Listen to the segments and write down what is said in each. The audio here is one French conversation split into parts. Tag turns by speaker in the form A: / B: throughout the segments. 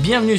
A: Bienvenue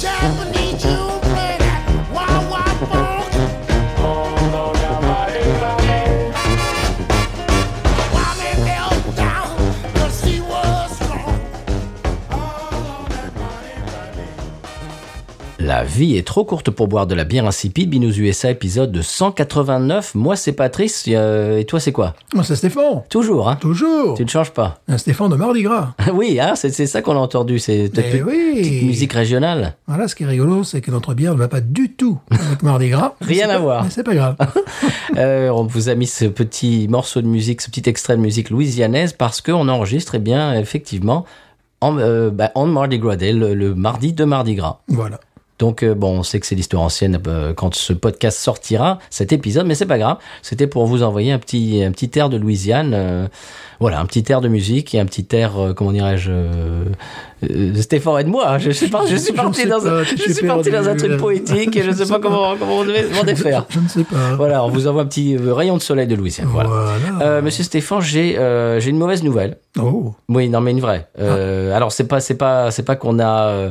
B: Japanese you play that wah-wah funk. While they knelt down, 'cause she was strong.
A: La vie est trop courte pour boire de la bière insipide. Binous USA, épisode de 189. Moi, c'est Patrice. euh, et toi, c'est quoi
C: Moi, c'est Stéphane.
A: Toujours, hein
C: Toujours.
A: Tu ne changes pas.
C: Un Stéphane de Mardi Gras.
A: oui, hein, c'est c'est ça qu'on a entendu. C'est ta
C: Eh
A: petite-
C: oui.
A: petite musique régionale.
C: Voilà, ce qui est rigolo, c'est que notre bière ne va pas du tout avec Mardi Gras. Mais
A: Rien
C: c'est
A: à
C: pas-
A: voir.
C: mais C'est pas grave.
A: Euh, on vous a mis ce petit morceau de musique, ce petit extrait de musique louisianaise parce qu'on enregistre, eh bien, effectivement, en, euh, bah, on Mardi Gras Day, le, le mardi de Mardi Gras.
C: Voilà.
A: Donc, euh, bon, on sait que c'est l'histoire ancienne euh, quand ce podcast sortira, cet épisode, mais c'est pas grave. C'était pour vous envoyer un petit, un petit air de Louisiane. euh, voilà, un petit air de musique et un petit air, euh, comment dirais-je, euh, euh, Stéphane et de moi. Je, sais pas, je
C: Je
A: suis
C: ne
A: parti
C: sais
A: dans, un-
C: pas,
A: je
C: tu
A: suis
C: t'es
A: parti dans un
C: perdu, euh.
A: truc
C: là.
A: poétique et je
C: Je
A: sais
C: sais
A: pas
C: pas.
A: comment, comment on devait m'en défaire.
C: Je ne sais pas.
A: Voilà, on vous envoie un petit euh, rayon de soleil de Louisiane. Voilà.
C: Voilà.
A: Euh, Monsieur Stéphane, j'ai euh, j'ai une mauvaise nouvelle.
C: Oh.
A: Oui, non, mais une vraie. Euh, Alors c'est pas c'est pas c'est pas qu'on a euh,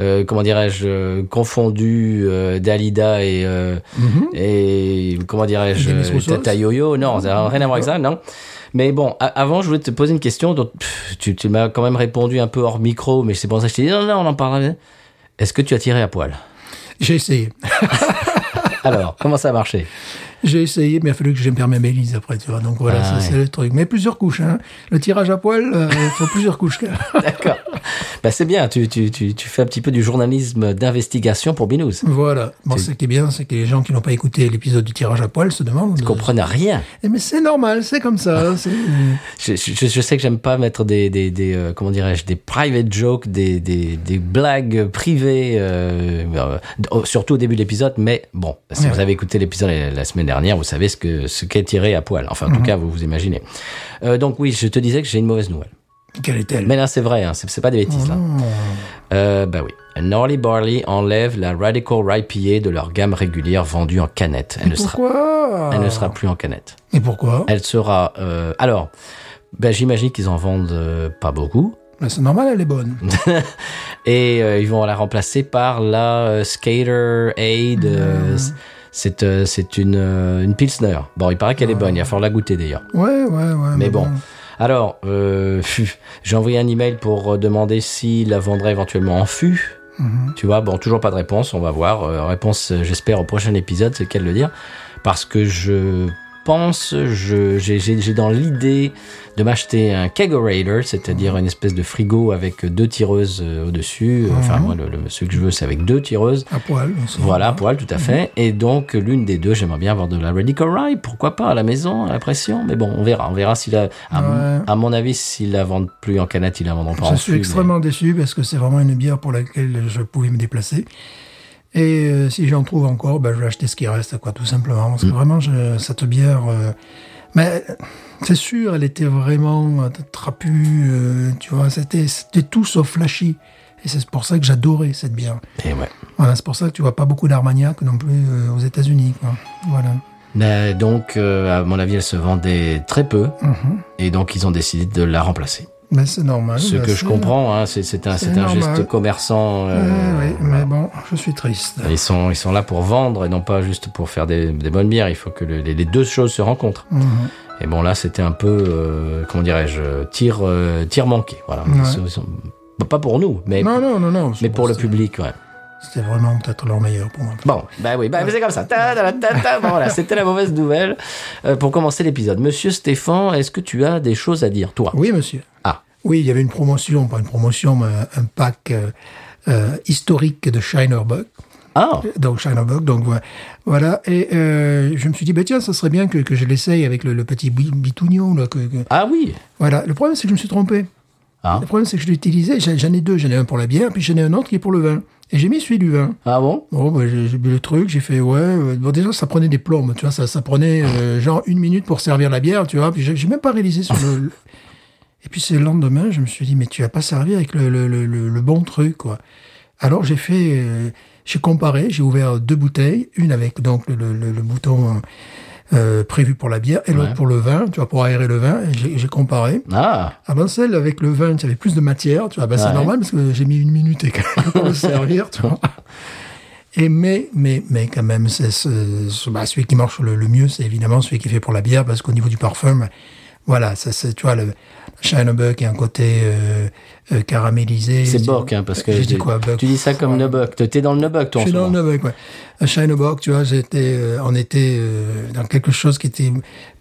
A: euh, comment dirais-je euh, confondu euh, Dalida et euh,
C: Mhm.
A: et comment dirais-je
C: Demis
A: euh,
C: Roussos
A: Tata Yo-Yo. Non, ça n'a rien à voir avec ça, non. Mais bon, a- avant, je voulais te poser une question. dont- pff, tu tu m'as quand même répondu un peu hors micro, mais c'est pour ça que je t'ai dit non, non, on en parlera. Est-ce que tu as tiré à poil
C: J'ai essayé.
A: Alors, comment ça a marché
C: J'ai essayé, mais il a fallu que je perds ma mélise après, tu vois. Donc voilà,
A: Ah
C: ça,
A: ouais.
C: c'est le truc. Mais plusieurs couches, hein. Le tirage à poil, euh, il faut plusieurs couches. là.
A: D'accord. Bah, c'est bien, tu, tu, tu, tu fais un petit peu du journalisme d'investigation pour Binous.
C: Voilà. Bon, ce qui est bien, c'est que les gens qui n'ont pas écouté l'épisode du tirage à poil se demandent.
A: Ils comprennent rien.
C: Eh, Mais c'est normal, c'est comme ça. hein,
A: Je,
C: c'est-
A: je, je sais que j'aime pas mettre des, des, des euh, comment dirais-je, des private jokes, des, des, des blagues privées, euh, euh, oh, surtout au début de l'épisode, mais bon, si
C: Ouais.
A: vous avez écouté l'épisode la, la semaine dernière, vous savez ce que ce qu'est tiré à poil. Enfin, en tout cas, vous vous imaginez. Euh, donc oui, je te disais que j'ai une mauvaise nouvelle.
C: Quelle est-elle
A: Mais là, c'est vrai, hein, c'est c'est pas des bêtises, là. Euh, bah oui. Gnarly Barley enlève la Radical Rye PA de leur gamme régulière vendue en canette. Elle ne sera,
C: Pourquoi
A: elle ne sera plus en canette.
C: Et pourquoi
A: Elle sera. euh, alors, ben, j'imagine qu'ils en vendent euh, pas beaucoup.
C: Ben, C'est normal, elle est bonne.
A: Et euh, ils vont la remplacer par la euh, Skater Aid. euh, c- c'est euh, c'est une, euh, une Pilsner. Bon, il paraît qu'elle est bonne. Il va falloir la goûter d'ailleurs.
C: Ouais, ouais, ouais.
A: Mais bon. Alors, euh, fût. j'ai envoyé un email pour euh, demander s'il la vendrait éventuellement en fût.
C: Mhm.
A: Tu vois, bon, toujours pas de réponse, on va voir. Euh, réponse, euh, j'espère, au prochain épisode, c'est le cas de le dire. Parce que je pense, je- j'ai j'ai- j'ai dans l'idée de m'acheter un kegerator, c'est-à-dire une espèce de frigo avec deux tireuses euh, au-dessus. Enfin,
C: Mhm.
A: moi, le, le- ce que je veux, c'est avec deux tireuses.
C: À poil. on s'en-
A: Voilà, poil, tout à
C: Mhm.
A: fait. Et donc, l'une des deux, j'aimerais bien avoir de la Radical Rye, pourquoi pas, à la maison, à la pression. Mais bon, on verra. On verra si la, à, m-
C: Ouais.
A: à mon avis, s'ils la vendent plus en canette, ils la vendront pas en
C: Je suis
A: fût, mais-
C: extrêmement déçu parce que c'est vraiment une bière pour laquelle je pouvais me déplacer. Et euh, si j'en trouve encore, ben, je vais acheter ce qui reste, quoi, tout simplement. Parce que vraiment, je- cette bière. euh, mais c'est sûr, elle était vraiment euh, trapue, euh, tu vois. C'était c'était tout sauf flashy. Et c'est pour ça que j'adorais cette bière.
A: Et ouais.
C: Voilà, c'est pour ça que tu vois pas beaucoup d'Armagnac non plus euh, aux États-Unis, quoi. Voilà.
A: Mais donc, euh, à mon avis, elle se vendait très peu.
C: Mhm.
A: Et donc, ils ont décidé de la remplacer.
C: Mais c'est normal.
A: Ce
C: bah,
A: que je
C: c'est-
A: comprends, hein, c'est c'est un,
C: c'est
A: c'est un geste
C: normal.
A: commerçant.
C: Ouais,
A: euh,
C: ouais, Ah mais bon, je suis triste.
A: Ils sont, ils sont là pour vendre et non pas juste pour faire des, des bonnes bières. Il faut que le- les, les deux choses se rencontrent.
C: Mhm.
A: Et bon, là, c'était un peu, euh, comment dirais-je, euh, tir, euh, tir manqué. Voilà.
C: Ouais.
A: Ils sont- ils sont- bah, pas pour nous, mais,
C: Non, non, non, non.
A: mais pour le
C: c'est-
A: public, ouais.
C: C'était vraiment peut-être leur meilleur pour moi.
A: Bon, bah oui, bah c'est comme ça. Ta, ta, ta, ta. Bon, voilà, c'était la mauvaise nouvelle euh, pour commencer l'épisode. Monsieur Stéphane, est-ce que tu as des choses à dire, toi
C: Oui, monsieur.
A: Ah.
C: Oui, il y avait une promotion, pas une promotion, mais un pack euh, euh, historique de Shiner Buck.
A: Ah,
C: Donc Shiner Buck, donc voi- voilà. Et euh, je me suis dit, bah tiens, ça serait bien que, que je l'essaye avec le, le petit bi- bitougnon. Là, que, que-
A: ah oui.
C: Voilà. Le problème, c'est que je me suis trompé.
A: Ah.
C: Le problème, c'est que je l'ai utilisé. J'en j'en ai deux. J'en ai un pour la bière, puis j'en ai un autre qui est pour le vin. Et j'ai mis celui du vin.
A: Ah bon
C: Bon, bah, j'ai j'ai bu le truc, j'ai fait ouais. euh, Bon, déjà, ça prenait des plombes, tu vois, ça, ça prenait euh, genre une minute pour servir la bière, tu vois. Puis j'ai j'ai même pas réalisé sur le. le- Et puis c'est le lendemain, je me suis dit, mais tu as pas servi avec le, le, le, le- le bon truc, quoi. Alors j'ai fait, euh, j'ai comparé, j'ai ouvert deux bouteilles, une avec donc le, le, le- le bouton euh, prévu pour la bière et l'autre
A: Ouais.
C: pour le vin, tu vois, pour aérer le vin. et J'ai j'ai comparé.
A: Ah,
C: Ah ben celle avec le vin, tu avais plus de matière, tu vois, ben c'est
A: Ouais.
C: normal parce que j'ai mis une minute et quelques pour le servir, tu vois. Et mais, mais, mais quand même, c'est ce, ce- bah, celui qui marche le, le mieux, c'est évidemment celui qui est fait pour la bière parce qu'au niveau du parfum, ben, voilà, ça c'est, tu vois, le Shinebuck a un côté euh, euh, caramélisé.
A: c'est Bock, hein, parce que
C: euh, J'ai dit
A: tu-
C: quoi, Buck
A: tu dis ça comme Nebuck. T'es dans le Nebuck, toi, en
C: je suis
A: ce
C: dans
A: moment.
C: le Novak, ouais. À Shinebuck, tu vois, j'étais, euh, on était euh, dans quelque chose qui était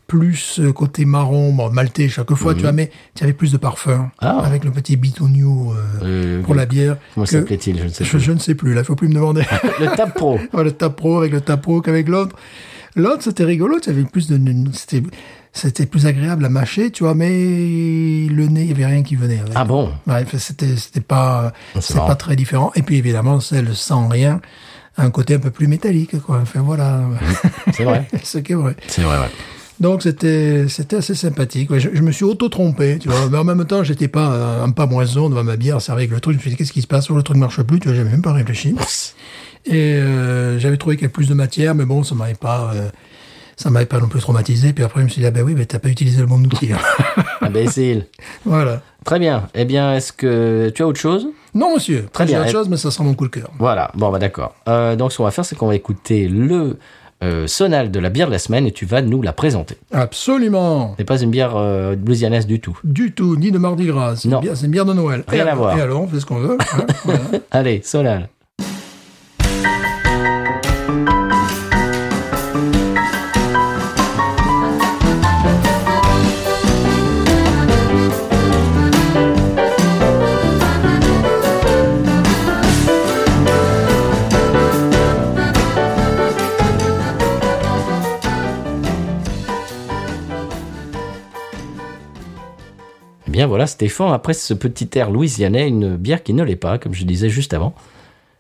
C: plus euh, côté marron, bon, maltais chaque fois, tu vois, mais tu avais plus de parfum.
A: Mhm. Ah.
C: Avec le petit bitonio
A: Euh,
C: pour la bière.
A: Comment
C: que-
A: s'appelait-il Je ne sais
C: je,
A: plus.
C: je ne sais plus, là, il faut plus me demander.
A: Le Tap Pro.
C: Ouais, le tapro avec le tapro qu'avec l'autre. L'autre, c'était rigolo, tu avais plus de. C'était, c'était plus agréable à mâcher, tu vois, mais le nez, il n'y avait rien qui venait avec.
A: Ah bon
C: Ouais, enfin, c'était c'était pas
A: C'est
C: c'est
A: marrant.
C: pas très différent. Et puis évidemment celle sans rien, a un côté un peu plus métallique quoi. Enfin voilà,
A: C'est vrai.
C: ce qui est vrai.
A: C'est vrai, ouais.
C: Donc c'était c'était assez sympathique. Ouais, je, je me suis auto trompé, tu vois. Mais en même temps j'étais pas euh, un pamoison devant ma bière servi avec le truc. Je me suis dit qu'est-ce qui se passe sur le truc marche plus. Tu vois, j'avais même pas réfléchi. Et euh, j'avais trouvé qu'il y avait plus de matière, mais bon ça m'avait pas euh, ça m'avait pas non plus traumatisé. Puis après je me suis dit ah ben oui mais t'as pas utilisé le bon outil.
A: Ah Imbécile.
C: voilà.
A: ben, Très bien. Eh bien, est-ce que tu as autre chose
C: Non monsieur.
A: Très
C: J'ai
A: bien.
C: autre
A: Et-
C: chose mais ça sera mon coup de cœur.
A: Voilà, bon bah d'accord. Euh, donc ce qu'on va faire, c'est qu'on va écouter le euh, sonal de la bière de la semaine et tu vas nous la présenter.
C: Absolument.
A: Ce n'est pas une bière euh, louisianaise du tout.
C: Du tout, ni de Mardi Gras. C'est
A: Non.
C: une bière- c'est une bière de Noël.
A: Rien
C: et,
A: à voir.
C: Et alors, on fait ce qu'on veut. hein, voilà.
A: Allez, sonal. Eh bien voilà, Stéphane, après ce petit air louisianais, une bière qui ne l'est pas, comme je disais juste avant.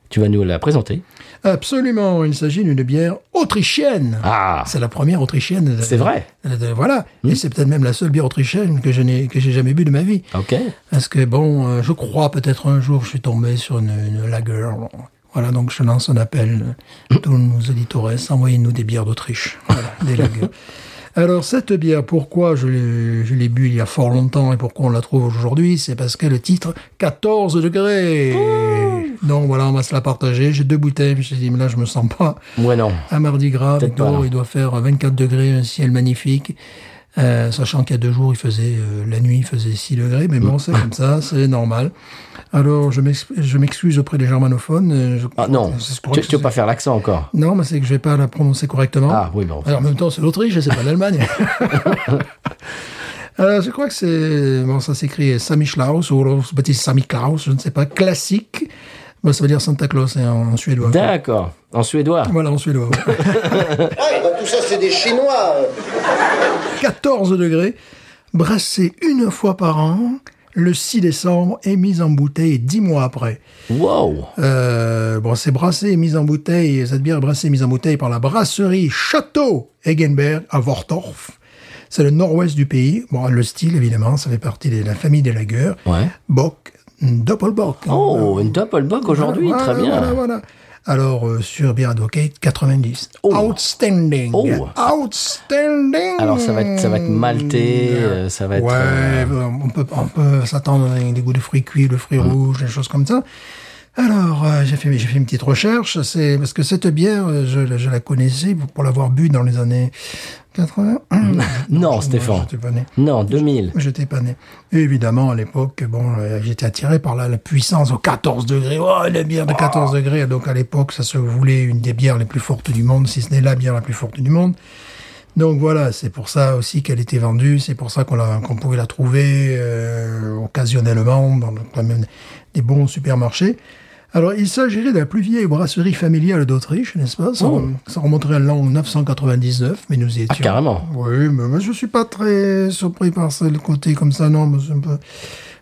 A: Tu vas nous la présenter.
C: Absolument, il s'agit d'une bière autrichienne.
A: Ah,
C: C'est la première autrichienne. de-
A: c'est vrai. Hmm.
C: de- de- voilà. Et c'est peut-être même la seule bière autrichienne que je n'ai que j'ai jamais bu de ma vie.
A: Ok.
C: Parce que bon, euh, je crois peut-être un jour je suis tombé sur une, une lager. Voilà, donc je lance un appel à tous nos auditeurs, envoyez-nous des bières d'Autriche, Voilà, des lagers. Alors cette bière, pourquoi je l'ai je l'ai bu il y a fort longtemps et pourquoi on la trouve aujourd'hui, c'est parce qu'elle titre 14 degrés. Donc voilà, on va se la partager. J'ai deux bouteilles, je me suis dit, mais là je me sens pas
A: Moi non.
C: à Mardi Gras,
A: Peut-être
C: Victor,
A: pas, non.
C: il doit faire 24 degrés, un ciel magnifique. Euh, sachant qu'il y a deux jours, il faisait euh, la nuit, il faisait 6 degrés, mais
A: Mm.
C: bon, c'est comme ça, c'est normal. Alors, je m'ex- je m'excuse auprès des germanophones. euh, je-
A: Ah non,
C: c'est- je crois
A: tu
C: que
A: ne peux
C: c'est-
A: pas faire l'accent encore.
C: Non, mais c'est que je vais pas la prononcer correctement.
A: Ah oui, bon.
C: Alors, en même temps, c'est l'Autriche, c'est pas l'Allemagne. Alors, je crois que c'est. Bon, ça s'écrit Sammy Klaus ou Rolf Petit Sammy Klaus, je ne sais pas, classique. Bon, ça veut dire Santa Claus hein, en suédois. quoi.
A: D'accord. En suédois.
C: Voilà, en suédois. ouais.
D: Ah, bah, tout ça, c'est des Chinois. euh.
C: 14 degrés, brassé une fois par an, le 6 décembre et mise en bouteille 10 mois après.
A: Wow.
C: Euh, bon, c'est brassé et mise en bouteille, cette bière est brassée et mise en bouteille par la brasserie Château Egenberg à Vortorf. C'est le nord-ouest du pays. Bon, le style, évidemment, ça fait partie de la famille des lagueurs.
A: Ouais.
C: Bock, Doppelbock.
A: Oh, une Doppelbock aujourd'hui,
C: Voilà,
A: très bien.
C: voilà, voilà. Alors, euh, sur Beer Advocate, 90.
A: Oh.
C: Outstanding.
A: Oh.
C: Outstanding.
A: Alors, ça va être- ça va être maltais, euh, ça va être,
C: Ouais,
A: euh, Mm.
C: on peut, on peut s'attendre à des goûts de fruits cuits, de fruits rouges, des choses comme ça. Alors, euh, j'ai fait, j'ai fait une petite recherche, c'est parce que cette bière, euh, je, je la connaissais pour, pour l'avoir bu dans les années 80.
A: Non,
C: je-
A: Stéphane.
C: J'étais pas né.
A: Non, 2000.
C: J'étais pas né. Et évidemment, à l'époque, bon, euh, j'étais attiré par la, la puissance aux 14 degrés. Oh, la bière de 14 degrés. Donc, à l'époque, ça se voulait une des bières les plus fortes du monde, si ce n'est la bière la plus forte du monde. Donc voilà, c'est pour ça aussi qu'elle était vendue, c'est pour ça qu'on la- qu'on pouvait la trouver euh, occasionnellement dans le- quand même des bons supermarchés. Alors, il s'agirait de la plus vieille brasserie familiale d'Autriche, n'est-ce pas ça, rem- ça remonterait à l'an 999, mais nous y étions...
A: Ah, carrément.
C: Oui, mais moi, je suis pas très surpris par ce le côté comme ça, non, mais c'est un peu...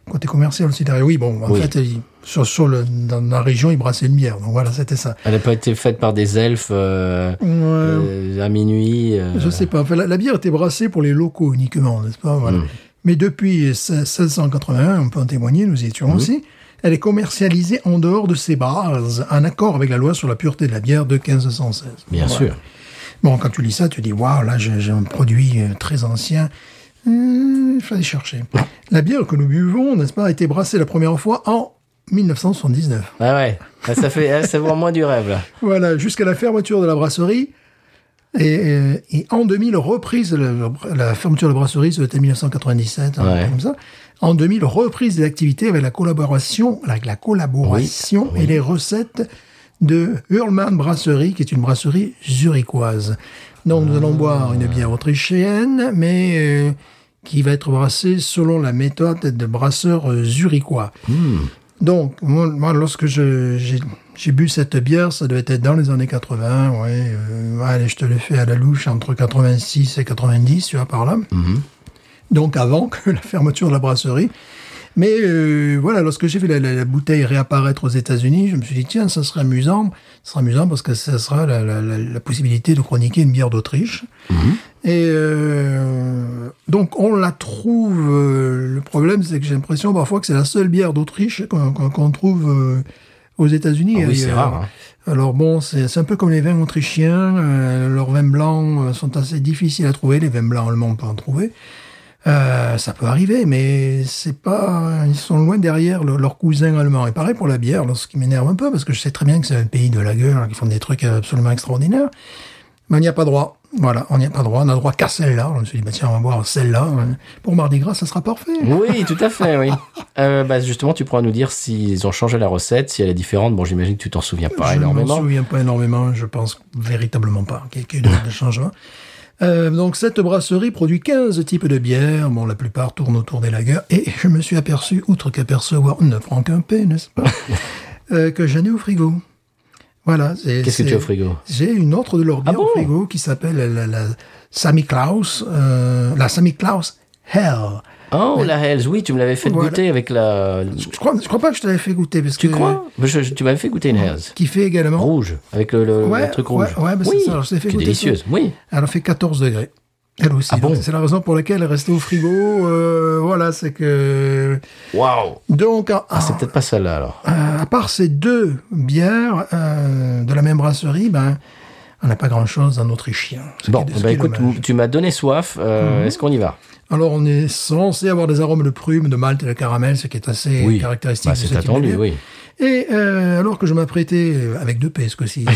C: Côté commercial aussi derrière. Oui, bon, en
A: Oui.
C: fait, il- sur, sur le, dans la région, ils brassaient une bière, donc voilà, c'était ça.
A: Elle n'a pas été faite par des elfes euh, euh, à minuit. euh,
C: Je sais pas. Enfin, la, la bière était brassée pour les locaux uniquement, n'est-ce pas
A: Mm.
C: voilà. Mais depuis 1681, on peut en témoigner, nous y
A: Mm.
C: étions aussi, elle est commercialisée en dehors de ses bases, en accord avec la loi sur la pureté de la bière de 1516.
A: Bien
C: Voilà.
A: sûr.
C: Bon, quand tu lis ça, tu dis, waouh, là, j'ai j'ai un produit euh, très ancien. Hum, Il fallait chercher. La bière que nous buvons, n'est-ce pas, a été brassée la première fois en 1979.
A: Ah ouais. Ah, ça fait, ah, ça vaut moins du rêve, là.
C: Voilà, jusqu'à la fermeture de la brasserie. Et, euh, et en 2000, reprise, la, la fermeture de la brasserie, c'était 1997, hein,
A: Ouais.
C: comme ça. En 2000, reprise des activités avec la collaboration, la, la collaboration et les recettes de Hurlman Brasserie, qui est une brasserie zurichoise. Donc, nous allons boire une bière autrichienne, mais euh, qui va être brassée selon la méthode de brasseur euh, zurichois. Donc, moi, moi, lorsque je- j'ai j'ai bu cette bière, ça devait être dans les années 80, ouais. euh, allez, je te le fais à la louche, entre 86 et 90, tu vois, par là. Donc, avant que la fermeture de la brasserie. Mais euh, voilà, lorsque j'ai vu la, la- la bouteille réapparaître aux États-Unis, je me suis dit, tiens, ça serait amusant. Ça serait amusant parce que ça sera la, la- la- la possibilité de chroniquer une bière d'Autriche.
A: Mhm.
C: Et euh, donc on la trouve. euh, le problème, c'est que j'ai l'impression parfois que c'est la seule bière d'Autriche qu'on qu'on- qu'on trouve euh, aux États-Unis.
A: Ah oui,
C: Et,
A: c'est
C: euh,
A: rare, hein.
C: Alors bon, c'est c'est un peu comme les vins autrichiens. euh, leurs vins blancs euh, sont assez difficiles à trouver. Les vins blancs allemands, on peut en trouver. Euh, ça peut arriver, mais c'est pas. Ils sont loin derrière le- leurs cousins allemands. Et pareil pour la bière, alors, ce qui m'énerve un peu, parce que je sais très bien que c'est un pays de la gueule, hein, qui font des trucs absolument extraordinaires. Mais on n'y a pas droit. Voilà, on n'y a pas droit. On n'a droit qu'à celle-là. Alors, Je me suis dit, bah, tiens, on va boire celle-là. hein. Pour Mardi Gras, ça sera parfait.
A: Oui, tout à fait, oui. Euh, bah, justement, tu pourras nous dire s'ils ont changé la recette, si elle est différente. Bon, j'imagine que tu t'en souviens pas
C: je
A: énormément.
C: m'en souviens pas énormément. Je pense véritablement pas qu'il y ait- qu'il y ait de- de changement. Euh, donc cette brasserie produit 15 types de bières, bon la plupart tournent autour des lagers, et je me suis aperçu, outre qu'apercevoir on ne prend qu'un P, n'est-ce pas, euh, que j'en ai au frigo. Voilà. c'est-
A: Qu'est-ce que
C: c'est-
A: tu as au frigo Ah
C: J'ai une autre de leurs bières
A: bon
C: au frigo qui s'appelle la, la Sammy Klaus, euh, la Sammy Klaus Hell.
A: Oh, la Hells, oui, tu me l'avais fait
C: Voilà.
A: goûter avec la.
C: Je crois, je crois pas que je t'avais fait goûter parce
A: Tu
C: que
A: crois Je- je- Tu m'avais fait goûter une Hells.
C: qui fait également
A: Rouge, avec le, le- le
C: Ouais,
A: truc
C: ouais,
A: rouge.
C: ouais, bah, c'est
A: oui,
C: ça, alors, je l'ai fait
A: qui est
C: goûter ça.
A: délicieuse, oui.
C: Elle a fait 14 degrés. Elle aussi.
A: Ah bon
C: Donc, c'est la raison pour laquelle elle est restée au frigo. euh, voilà, c'est que.
A: Waouh
C: Donc, en-
A: Ah, c'est peut-être pas celle-là alors.
C: euh, à part ces deux bières euh, de la même brasserie, ben, on n'a pas grand-chose en autrichien. Ce qui
A: Bon,
C: est- ce qui
A: bah
C: est
A: écoute,
C: dommage. Mhm.
A: tu m'as donné soif. euh, Est-ce qu'on y va
C: Alors, on est censé avoir des arômes de prune, de malt et de caramel, ce qui est assez caractéristique
A: Bah,
C: de ce
A: c'est
C: type de
A: attendu,
C: bière.
A: oui.
C: Et euh, alors que je m'apprêtais, euh, avec deux P, ce coup-ci,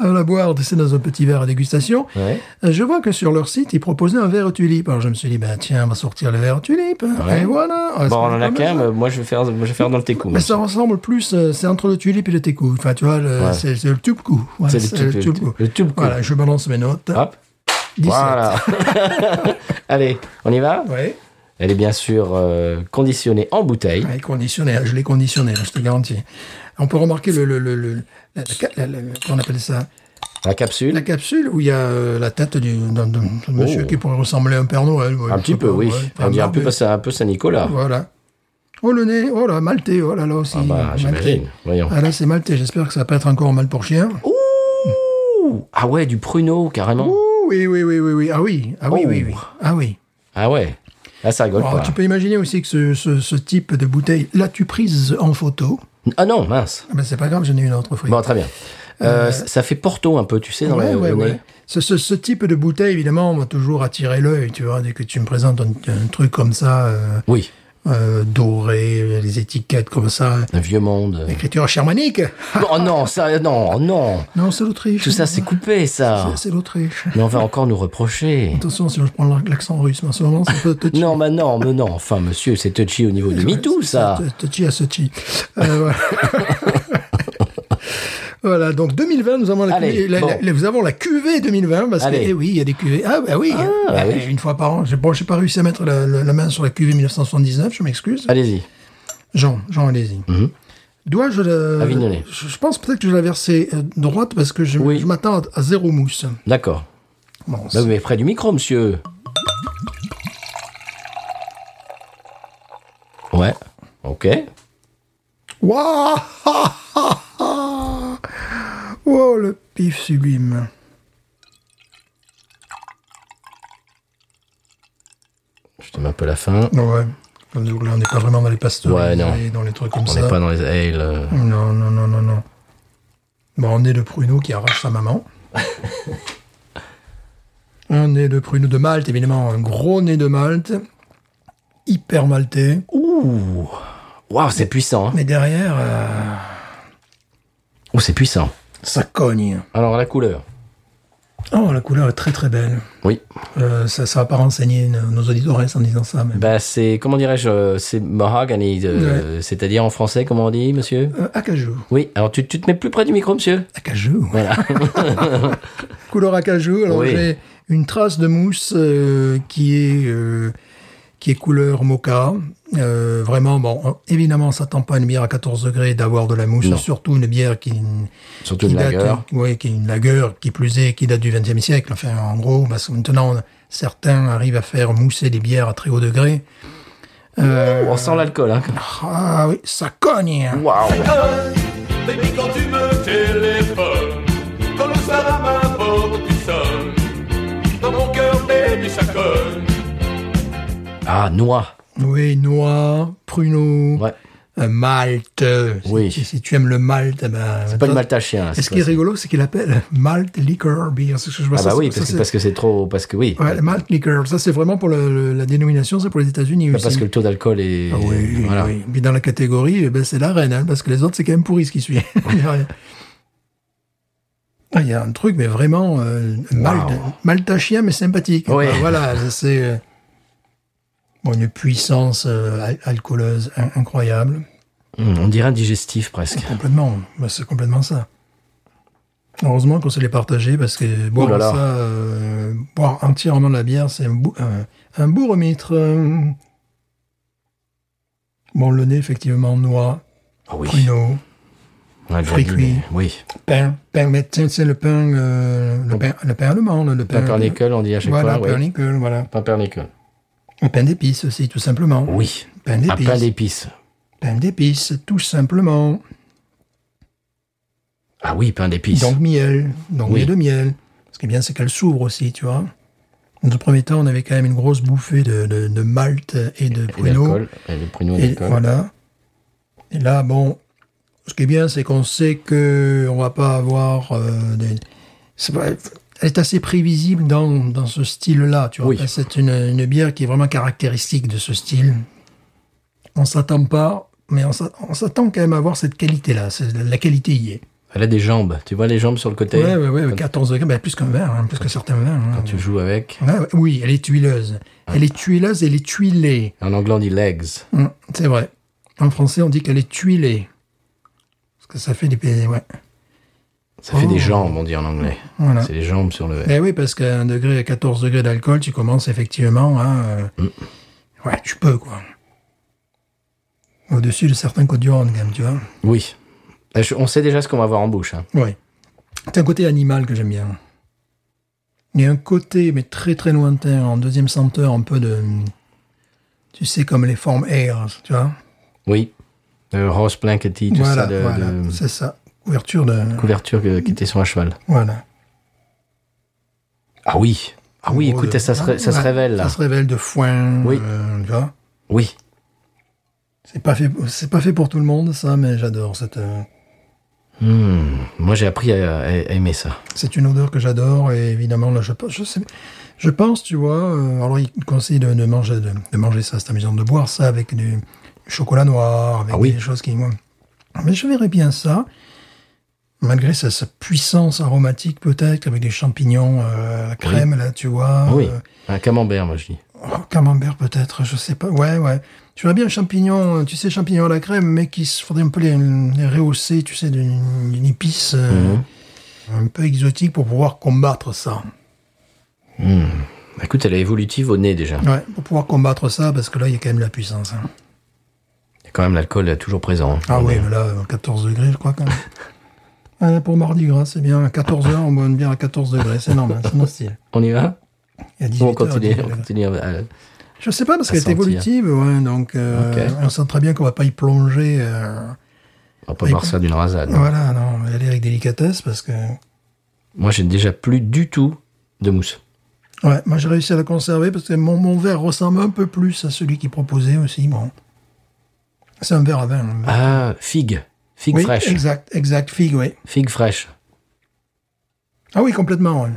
C: à la boire, c'est dans un petit verre à dégustation,
A: Ouais.
C: euh, je vois que sur leur site, ils proposaient un verre aux tulipes. Alors je me suis dit, ben tiens, on va sortir le verre aux tulipes.
A: Ouais.
C: Et voilà. Ah,
A: Bon, on en a
C: quand
A: qu'un, mais moi je vais faire, moi, je vais faire dans le técou.
C: Mais ça ressemble plus, euh, c'est entre le tulipe et le técou. Enfin, tu vois, le-
A: Ouais.
C: c'est c'est le tube coup.
A: C'est le tube- le
C: coup.
A: tube- le tube coup.
C: Voilà, je balance mes notes.
A: Hop,
C: 17.
A: voilà. Allez, on y va
C: Ouais.
A: Elle est bien sûr euh, conditionnée en bouteille.
C: Ouais, conditionné, Bah, je l'ai conditionné, je te garantis. On peut remarquer le, le, le, le- la- la- la- la- qu'on appelle ça,
A: La
C: la
A: capsule,
C: capsule où il y a euh, la tête du, d'un- d'un- d'un monsieur
A: Oh.
C: qui pourrait ressembler à un Père Noël. ouais,
A: un
C: je
A: petit
C: sais
A: peu,
C: pas,
A: oui.
C: ouais,
A: on dirait un peu,
C: barbu.
A: pas ça- un peu Saint-Nicolas.
C: Voilà. Oh le nez, oh là, maltais, oh là là aussi.
A: Ah bah,
C: maltais.
A: j'imagine, Oh. voyons.
C: Ah là, c'est maltais, j'espère que ça va pas être encore mal pour chien.
A: Ouh Ah ouais, du pruneau, carrément.
C: Ouh, Oh, oui, oui, oui, oui, oui, ah oui, ah oui,
A: Oh.
C: oui, oui, ah oui.
A: Ah ouais Là, ça rigole
C: Alors,
A: pas.
C: Oh, tu peux imaginer aussi que ce, ce- ce type de bouteille, l'as-tu prise en photo
A: Ah non, mince.
C: Ah ben, c'est pas grave, j'en ai une autre, frigo.
A: Bon, très bien. Euh, ça- Ça fait porto un peu, tu sais, dans
C: Ouais,
A: le-
C: ouais,
A: le nez.
C: ouais. Ce, ce- ce type de bouteille, évidemment, va toujours attirer l'œil, tu vois, dès que tu me présentes un, un truc comme ça, euh,
A: Oui.
C: euh, dorées, les étiquettes comme ça,
A: Un vieux monde.
C: écriture germanique.
A: Oh non, ça, non, oh non.
C: Non, c'est l'Autriche.
A: Tout ça, c'est coupé, ça.
C: Ah. C'est- C'est l'Autriche.
A: Mais on va encore nous reprocher.
C: Attention, si je prends l'accent russe, mais en ce moment, ça peut touchy.
A: Non, mais non, mais non. Enfin, monsieur, c'est touchy au niveau du MeToo, ça.
C: Touchy à Sochi. Euh, voilà. Voilà, donc 2020, nous avons la,
A: Allez,
C: cuvée, la-
A: bon.
C: la- la- nous avons la cuvée 2020, parce que,
A: Allez.
C: eh oui, il y a des cuvées. Ah, bah oui,
A: Ah,
C: Eh,
A: oui.
C: une fois par an. J'ai- Bon, j'ai pas réussi à mettre la, la- la main sur la cuvée 1979, je m'excuse.
A: Allez-y.
C: Jean, Jean, allez-y.
A: Mhm.
C: Dois-je la...
A: Avignonnet.
C: Je je pense peut-être que je vais la verser euh, droite, parce que je,
A: Oui.
C: je m'attends à- à zéro mousse.
A: D'accord.
C: Bon,
A: Bah, mais près du micro, monsieur. Ouais. Ok.
C: Waouh Oh, le pif sublime.
A: Je t'aime un peu la fin.
C: Ouais. Comme nous, là, on n'est pas vraiment dans les pasteurs,
A: Ouais, non.
C: dans les trucs comme
A: On
C: ça.
A: n'est pas dans les ales. euh.
C: Non, non, non, non, non. Bon, on est le pruneau qui arrache sa maman. un nez de pruneau de Malte, évidemment, un gros nez de Malte. Hyper maltais.
A: Ouh. Waouh, c'est puissant. hein.
C: Mais derrière, euh,
A: Oh, c'est puissant.
C: ça cogne.
A: Alors, la couleur.
C: Oh, la couleur est très très belle.
A: Oui.
C: Euh, ça ne va pas renseigner nos nos auditeurs hein, en disant ça, mais.
A: Bah, c'est, comment dirais-je, euh, c'est mahogany, euh, c'est-à-dire en français, comment on dit, monsieur
C: Euh, acajou.
A: Oui, alors tu, tu te mets plus près du micro, monsieur
C: Acajou.
A: Voilà.
C: couleur acajou. Alors
A: Oui.
C: j'ai une trace de mousse euh, qui est euh, qui est couleur mocha. Euh, vraiment, bon, euh, évidemment, on s'attend pas à une bière à 14 degrés d'avoir de la mousse,
A: Non.
C: surtout une bière qui,
A: Surtout
C: qui
A: une
C: date,
A: lagueur.
C: ouais, qui est une lagueur, qui plus est, qui date du 20e siècle. Enfin, en gros, parce que maintenant, certains arrivent à faire mousser des bières à très haut degré. Euh,
A: On sent l'alcool, hein.
C: ah oui, ça cogne. hein.
A: Waouh
E: Baby, quand tu me téléphones, quand le soir à ma porte tu sonnes, dans mon cœur, baby, ça cogne.
A: Ah, noix.
C: Oui, noix, pruneau,
A: Ouais.
C: euh, Malte. euh, Si-
A: Oui.
C: Si, si tu aimes le Malte, ben,
A: C'est pas
C: toi-
A: du maltachien.
C: Et
A: cette
C: ce qui est
A: fois-ci.
C: rigolo, c'est qu'il appelle malt liquor beer. C'est ce que je vois
A: Ah
C: ça,
A: bah oui,
C: ça,
A: parce que,
C: c'est-
A: parce que c'est trop... Parce que oui.
C: Ouais, le malt liquor, ça c'est vraiment pour le- le- la dénomination, c'est pour les États-Unis aussi.
A: Bah, Parce que le taux d'alcool est...
C: Ah oui,
A: voilà.
C: oui. Puis dans la catégorie, eh ben, c'est la reine, hein, parce que les autres, c'est quand même pourri ce qui suit. Il y a rien. Ah, il y a un truc, mais vraiment euh, malt,
A: Wow.
C: maltachien, mais sympathique.
A: Oui.
C: Enfin, voilà, ça, c'est euh, bon, une puissance euh, al- alcooleuse in- incroyable.
A: Hum, on dirait un digestif, presque.
C: Complètement, Bah, c'est complètement ça. Heureusement qu'on se l'est partagé parce que boire
A: là là.
C: ça, euh, boire entièrement de la bière, c'est un, bou- un, un beau remitre. euh. Bon, le nez, effectivement, noix,
A: Ah oui.
C: pruneau,
A: On a déjà
C: Fruits
A: dit,
C: cuits.
A: mais- Oui.
C: pain, pain, mais tiens, c'est le pain, euh, le, pain le pain allemand, le, le pain.
A: Pumpernickel, on dit à chaque
C: Voilà,
A: fois.
C: pain
A: oui.
C: nickel, voilà.
A: Pumpernickel.
C: Un pain d'épices aussi, tout simplement.
A: Oui.
C: Pain
A: Un pain
C: d'épices.
A: d'épices.
C: Pain d'épices, tout simplement.
A: Ah oui, pain d'épices.
C: Donc miel, donc
A: Oui.
C: miel de miel. Ce qui est bien, c'est qu'elle s'ouvre aussi, tu vois. Dans le premier temps, on avait quand même une grosse bouffée de, de, de malt et de
A: Et
C: pruneaux.
A: l'alcool. Et le pruneau et
C: Et
A: l'alcool.
C: voilà. Et là, bon, ce qui est bien, c'est qu'on sait que on va pas avoir euh, des. c'est pas- Elle est assez prévisible dans, dans ce style-là, tu vois.
A: Oui.
C: C'est une, une bière qui est vraiment caractéristique de ce style. On s'attend pas, mais on s'a- on s'attend quand même à avoir cette qualité-là. C'est- La qualité y est.
A: Elle a des jambes. Tu vois les jambes sur le côté
C: Ouais, ouais, ouais, 14 degrés, bah, plus qu'un verre, hein, plus que certains vins. hein.
A: Tu Ah. joues avec.
C: Ouais, ouais, oui, elle est tuileuse. Elle est tuileuse, elle est tuilée.
A: En anglais, on dit legs.
C: Hum, c'est vrai. En français, on dit qu'elle est tuilée. Parce que ça fait des pays. Ouais.
A: Ça fait
C: Oh.
A: des jambes, on dit en anglais.
C: Voilà.
A: C'est les jambes sur le.
C: Eh oui, parce qu'à un degré, à 14 degrés d'alcool, tu commences effectivement à. euh,
A: Hum.
C: Ouais, tu peux, quoi. Au-dessus de certains codes du Rhône, quand même, tu vois.
A: Oui. Euh, je- On sait déjà ce qu'on va avoir en bouche. hein.
C: Oui. C'est un côté animal que j'aime bien. Il y a un côté, mais très très lointain, en deuxième senteur, un peu de. Tu sais, comme les formes air, tu vois.
A: Oui. Le rose blankety, tout
C: voilà,
A: ça de,
C: voilà.
A: de
C: C'est ça. Couverture de.
A: couverture que- qui était sur un cheval.
C: Voilà.
A: Ah oui. Ah oui,
C: En gros,
A: écoutez,
C: de-
A: ça se, ré- ça se
C: Ouais,
A: révèle là.
C: Ça se révèle de foin.
A: Oui.
C: euh, tu vois.
A: Oui.
C: C'est pas, fait... c'est pas fait pour tout le monde, ça, mais j'adore cette. euh,
A: Hmm, Moi, j'ai appris à, à- à aimer ça.
C: C'est une odeur que j'adore et évidemment là je pense, je, sais- je pense tu vois, euh, alors il conseille de, de manger de, de manger ça, c'est amusant de boire ça avec du, du chocolat noir, avec
A: Ah oui.
C: des choses qui moi. Mais je verrais bien ça, malgré sa, sa puissance aromatique peut-être avec des champignons, euh, à la crème là tu vois,
A: Ah oui.
C: euh,
A: Un camembert, moi, je dis.
C: oh, camembert peut-être, je sais pas, ouais ouais. Je verrais bien champignon, tu sais champignons à la crème, mais qui s- faudrait un peu les, les rehausser, tu sais d'une d'une épice. euh,
A: Mhm.
C: Un peu exotique pour pouvoir combattre ça.
A: Bah, Écoute, elle est évolutive au nez déjà.
C: Ouais, pour pouvoir combattre ça, parce que là, il y a quand même la puissance. hein.
A: Il y a quand même l'alcool euh, toujours présent. hein.
C: Ah oui, mais là, euh, 14 degrés, je crois, quand même. Ah, pour Mardi Gras, c'est bien. À 14h, on boit une bière à 14 degrés. C'est normal, c'est mon style.
A: On y va
C: Il y a 18
A: On continue.
C: heures,
A: On
C: 18 heures.
A: continue euh, à- à-
C: Je sais pas, parce
A: À
C: qu'elle est
A: sentir.
C: évolutive, ouais, donc euh,
A: Ok.
C: on sent très bien qu'on va pas y plonger. euh,
A: On va pas voir ça d'une rasade.
C: Voilà, non, on va y aller avec délicatesse, parce que...
A: Moi, j'ai déjà plus du tout de mousse.
C: Ouais, moi, j'ai réussi à la conserver, parce que mon, mon verre ressemble un peu plus à celui qu'il proposait aussi, bon. C'est un verre à vin. un verre-
A: Ah, figue. Figue
C: oui,
A: fraîche.
C: exact, exact, figue, oui.
A: Figue fraîche.
C: Ah oui, complètement, ouais.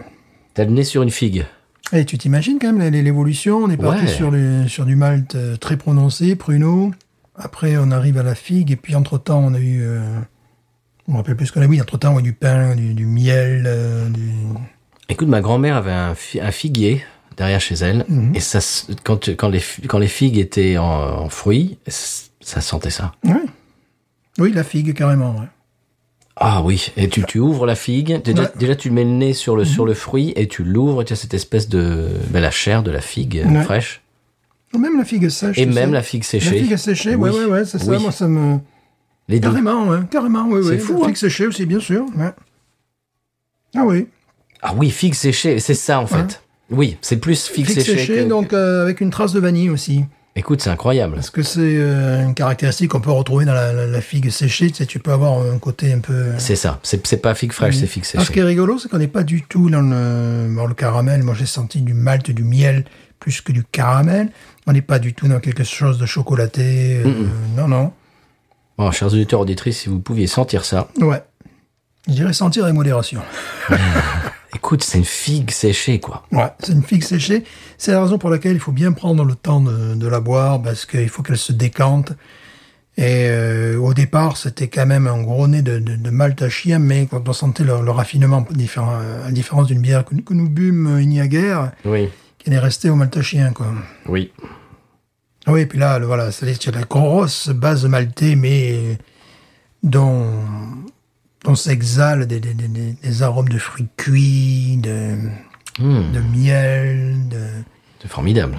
A: T'as le nez sur une figue.
C: Et tu t'imagines quand même l- l- l'évolution, on est parti
A: Ouais.
C: sur, le- sur du malt euh, très prononcé, pruneau, après on arrive à la figue, et puis entre-temps on a eu, euh, je me rappelle plus ce qu'on a, oui, entre-temps on a eu du pain, du, du miel, euh, du...
A: Écoute, ma grand-mère avait un, fi- un figuier derrière chez elle.
C: Mhm.
A: Et ça, se- quand, quand, les, fi- quand les figues étaient en, en fruits, s- ça sentait ça.
C: Ouais. Oui, la figue carrément, ouais.
A: Ah oui, et tu, tu ouvres la figue, déjà,
C: Ouais. Mhm.
A: déjà tu mets le nez sur le, sur le fruit et tu l'ouvres, et tu as cette espèce de... ben, la chair de la figue euh,
C: Ouais.
A: fraîche,
C: Ou Même la figue sèche.
A: et
C: tu
A: même
C: sais.
A: la figue séchée.
C: La figue séchée,
A: Oui.
C: ouais, ouais, ouais, c'est ça,
A: Oui.
C: moi ça me...
A: Les deux.
C: Carrément, ouais, carrément, ouais,
A: C'est
C: ouais.
A: fou,
C: La
A: hein.
C: figue séchée aussi, bien sûr, ouais. Ah oui,
A: Ah oui, figue séchée, c'est ça en fait. Oui, c'est plus figue,
C: figue, séchée,
A: séchée. que-
C: donc euh, avec une trace de vanille aussi.
A: Écoute, c'est incroyable.
C: Parce que c'est euh, une caractéristique qu'on peut retrouver dans la, la- la figue séchée. Tu, sais, tu peux avoir un côté un peu. euh,
A: C'est ça, c'est c'est pas figue
C: Mhm.
A: fraîche, c'est figue
C: Alors, ce qui
A: séchée.
C: est rigolo, c'est qu'on n'est pas du tout dans le, dans le caramel. Moi, j'ai senti du malt, du miel, plus que du caramel. On n'est pas du tout dans quelque chose de chocolaté. euh, Non, non.
A: Bon, chers auditeurs, auditrices, si vous pouviez sentir ça.
C: Ouais. Je dirais sentir avec modération.
A: Écoute, c'est une figue séchée, quoi.
C: Ouais, c'est une figue séchée. C'est la raison pour laquelle il faut bien prendre le temps de, de la boire parce qu'il faut qu'elle se décante. Et euh, au départ, c'était quand même un gros nez de, de, de malt à chien, mais quand on sentait le, le raffinement, différent, euh, à la différence d'une bière que, nous- que nous bûmes euh, il n'y a guère,
A: Oui,
C: qu'elle est restée au malt à chien, quoi.
A: oui.
C: Ah Oui, et puis là, le- voilà, c'est c'est la grosse base maltée, mais dont, dont s'exhalent des, des, des- des- des arômes de fruits cuits, de, de miel, de...
A: C'est formidable.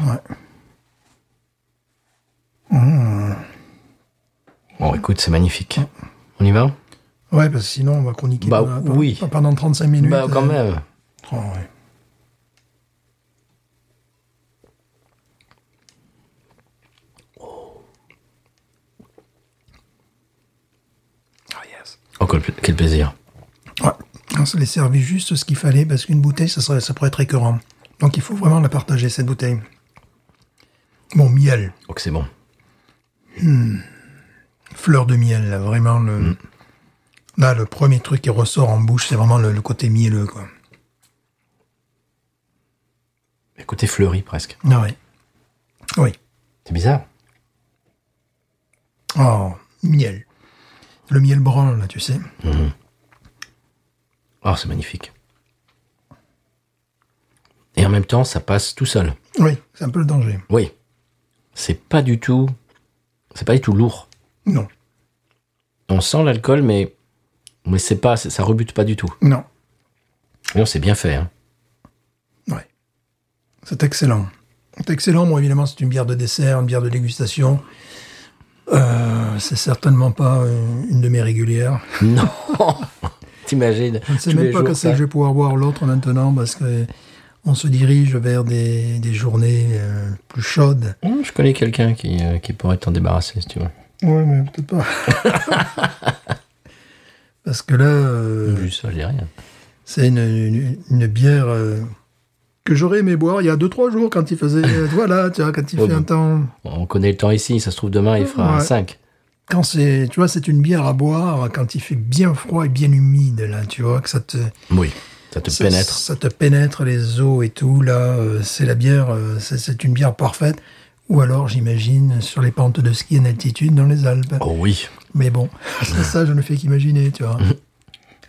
A: Bon, écoute, c'est magnifique. On y va
C: Ouais, parce que sinon, on va chroniquer
A: Bah,
C: pendant, pendant-
A: oui.
C: pendant 35 minutes.
A: Bah, quand
C: euh,
A: même.
C: oh, ouais.
A: Oh, quel pla- quel plaisir.
C: Ouais. On se les servi juste ce qu'il fallait, parce qu'une bouteille, ça, serait, ça pourrait être écœurant. Donc, il faut vraiment la partager, cette bouteille. Bon, miel.
A: Oh, que c'est bon.
C: Fleur de miel, là, vraiment. Le...
A: Mm.
C: Là, le premier truc qui ressort en bouche, c'est vraiment le, le côté mielleux, quoi.
A: Le côté fleuri, presque.
C: Ah ouais. Oui.
A: C'est bizarre.
C: Oh, miel. Le miel brun, là, tu sais.
A: Oh, c'est magnifique. Et en même temps, ça passe tout seul.
C: Oui, c'est un peu le danger.
A: Oui. C'est pas du tout. C'est pas du tout lourd.
C: Non.
A: On sent l'alcool, mais. Mais c'est pas. c'est- Ça rebute pas du tout.
C: Non.
A: Et on s'est bien fait. hein.
C: Ouais. C'est excellent. C'est excellent. Bon, évidemment, c'est une bière de dessert, une bière de dégustation. Euh, c'est certainement pas euh, une de mes régulières.
A: Non T'imagines
C: Je ne sais
A: tous
C: même
A: les
C: pas
A: jours,
C: quand c'est
A: ça.
C: que je vais pouvoir boire l'autre maintenant parce que on se dirige vers des, des journées euh, plus chaudes.
A: Hum, je connais quelqu'un qui, euh, qui pourrait t'en débarrasser, si tu veux.
C: Ouais, mais peut-être pas. parce que là, euh,
A: Juste ça, je dis rien.
C: c'est une, une- une bière euh, que j'aurais aimé boire il y a 2-3 jours quand il faisait. voilà, tu vois, quand il
A: Oh
C: fait un
A: bon.
C: temps.
A: On connaît le temps ici, ça se trouve demain, il fera
C: Ouais.
A: 5.
C: quand c'est, tu vois, c'est une bière à boire quand il fait bien froid et bien humide là, tu vois, que ça te
A: Oui, ça te
C: ça-
A: pénètre.
C: Ça te pénètre les os et tout. Là, euh, c'est la bière, euh, c'est- c'est une bière parfaite. Ou alors, j'imagine, sur les pentes de ski en altitude dans les Alpes.
A: Oh oui.
C: Mais bon, ça, ça, je ne fais qu'imaginer, tu vois.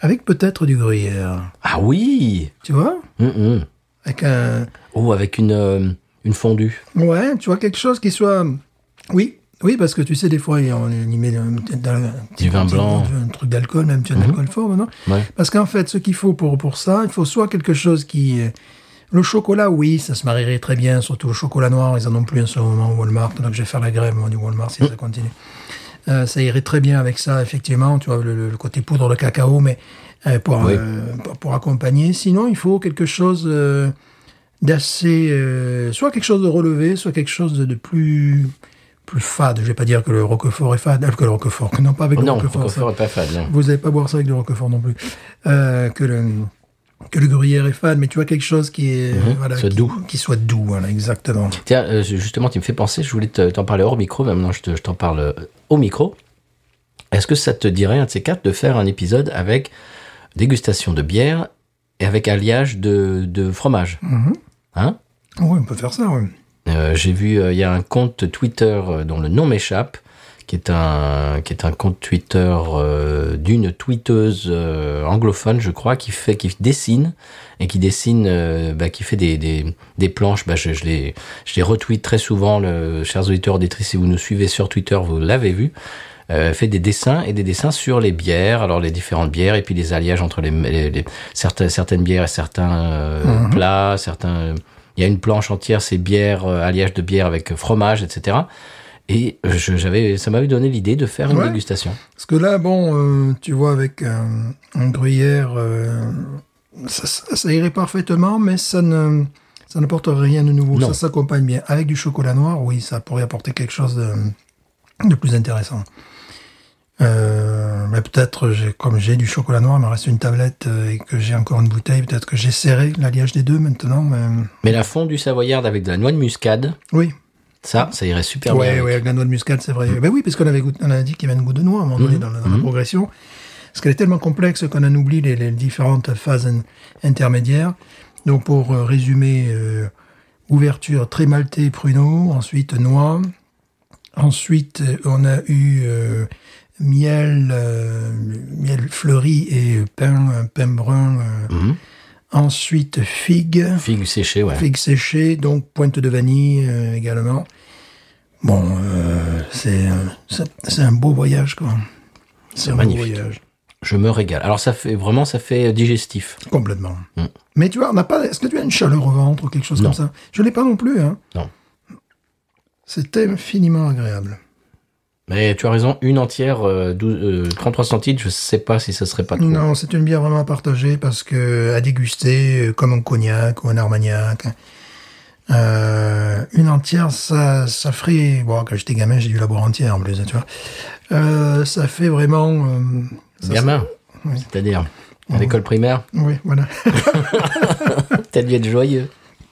C: Avec peut-être du gruyère,
A: Ah oui
C: tu vois
A: Hum, hum.
C: Avec un...
A: Oh, avec une, euh, une fondue.
C: Ouais, tu vois, quelque chose qui soit... Oui, oui, parce que tu sais, des fois, on y met un, petit- un petit-
A: Du vin
C: un petit-
A: blanc. Mhm.
C: Un truc d'alcool, même, tu as un alcool fort maintenant.
A: Ouais.
C: Parce qu'en fait, ce qu'il faut pour, pour ça, il faut soit quelque chose qui... euh, Le chocolat, oui, ça se marierait très bien, surtout le chocolat noir, ils en ont plus en ce moment au Walmart, donc je vais faire la grève, moi, du Walmart,
A: Mhm.
C: si ça continue. Euh, ça irait très bien avec ça, effectivement, tu vois, le, le- le côté poudre de cacao, mais euh, pour,
A: Oui.
C: euh, pour, pour accompagner. Sinon, il faut quelque chose euh, d'assez... euh, soit quelque chose de relevé, soit quelque chose de, de plus plus fade. Je vais pas dire que le Roquefort est fade, euh, que le Roquefort, que non, pas avec le
A: non,
C: Roquefort. ça-
A: Roquefort est pas fade, non.
C: vous n'allez pas boire ça avec du Roquefort non plus. Euh, que le que le gruyère est fade, mais tu vois quelque chose qui est voilà,
A: Mhm, soit
C: qui,
A: doux.
C: qui soit doux, voilà, exactement.
A: Tiens, euh, justement, tu me fais penser, je voulais te- t'en parler hors micro, mais maintenant je te- je t'en parle euh, au micro. Est-ce que ça te dirait, un de ces quatre, de faire un épisode avec dégustation de bière et avec alliage de, de fromage Hein
C: Oui, on peut faire ça. oui.
A: Euh, J'ai vu, euh, il y a un compte Twitter euh, dont le nom m'échappe, qui est un qui est un compte Twitter euh, d'une tweeteuse euh, anglophone, je crois, qui fait qui dessine et qui dessine, euh, bah, qui fait des, des, des planches. Bah, je, je les je les retweet très souvent, le, chers auditeurs auditrices, si vous nous suivez sur Twitter, vous l'avez vu. Euh, fait des dessins et des dessins sur les bières, alors les différentes bières et puis les alliages entre les, les- les- certaines, certaines bières et certains euh,
C: Mhm.
A: plats, certains. Il y a une planche entière, c'est bière, euh, alliage de bière avec fromage, etc. Et euh, je- j'avais, ça m'avait donné l'idée de faire une
C: Ouais.
A: dégustation.
C: Parce que là, bon, euh, tu vois, avec un, un gruyère, euh, ça, ça- ça irait parfaitement, mais ça ne ça n'apporte rien de nouveau.
A: Non.
C: Ça s'accompagne bien. Avec du chocolat noir, oui, ça pourrait apporter quelque chose de, de plus intéressant. Euh, mais peut-être, j'ai- comme j'ai du chocolat noir, il me reste une tablette euh, et que j'ai encore une bouteille, peut-être que j'essaierai l'alliage des deux maintenant. Mais...
A: Mais la fondue savoyarde avec de la noix de muscade,
C: Oui,
A: ça, ça irait super
C: Ouais,
A: bien.
C: ouais,
A: avec.
C: avec la noix de muscade, c'est vrai. Ben oui, parce qu'on avait, goût- on a dit qu'il y avait une goût de noix à un moment
A: Mhm.
C: donné dans, la, dans la progression. Parce qu'elle est tellement complexe qu'on en oublie les, les différentes phases in- intermédiaires. Donc, pour euh, résumer, euh, ouverture très maltais, pruneau, ensuite noix. Ensuite, euh, on a eu euh, miel, euh, miel fleuri et pain, euh, pain brun. euh.
A: Mhm.
C: Ensuite, figue.
A: Figue séchée, ouais.
C: Figues séchées, donc pointe de vanille euh, également. Bon, euh, c'est euh, c'est- c'est un beau voyage, quoi. C'est un
A: magnifique.
C: beau voyage,
A: Je me régale. Alors ça fait vraiment, ça fait digestif.
C: complètement. Mais tu vois, on n'a pas. Est-ce que tu as une chaleur au ventre ou quelque chose
A: Mm. Non.
C: comme ça Je l'ai pas non plus. Hein.
A: Non.
C: C'était infiniment agréable.
A: Mais tu as raison, une entière, euh, 12, euh, 33 centilitres, je sais pas si ça serait pas trop.
C: Non, c'est une bière vraiment à partager parce que à déguster, euh, comme un cognac ou un armagnac. Euh, une entière, ça, ça ferait. Bon, quand j'étais gamin, j'ai dû la boire entière en plus, hein, tu vois. Euh, ça fait vraiment. euh, ça- Mhm.
A: Gamin, c'est-à-dire à l'école primaire,
C: Oui, voilà.
A: t'as dû être joyeux.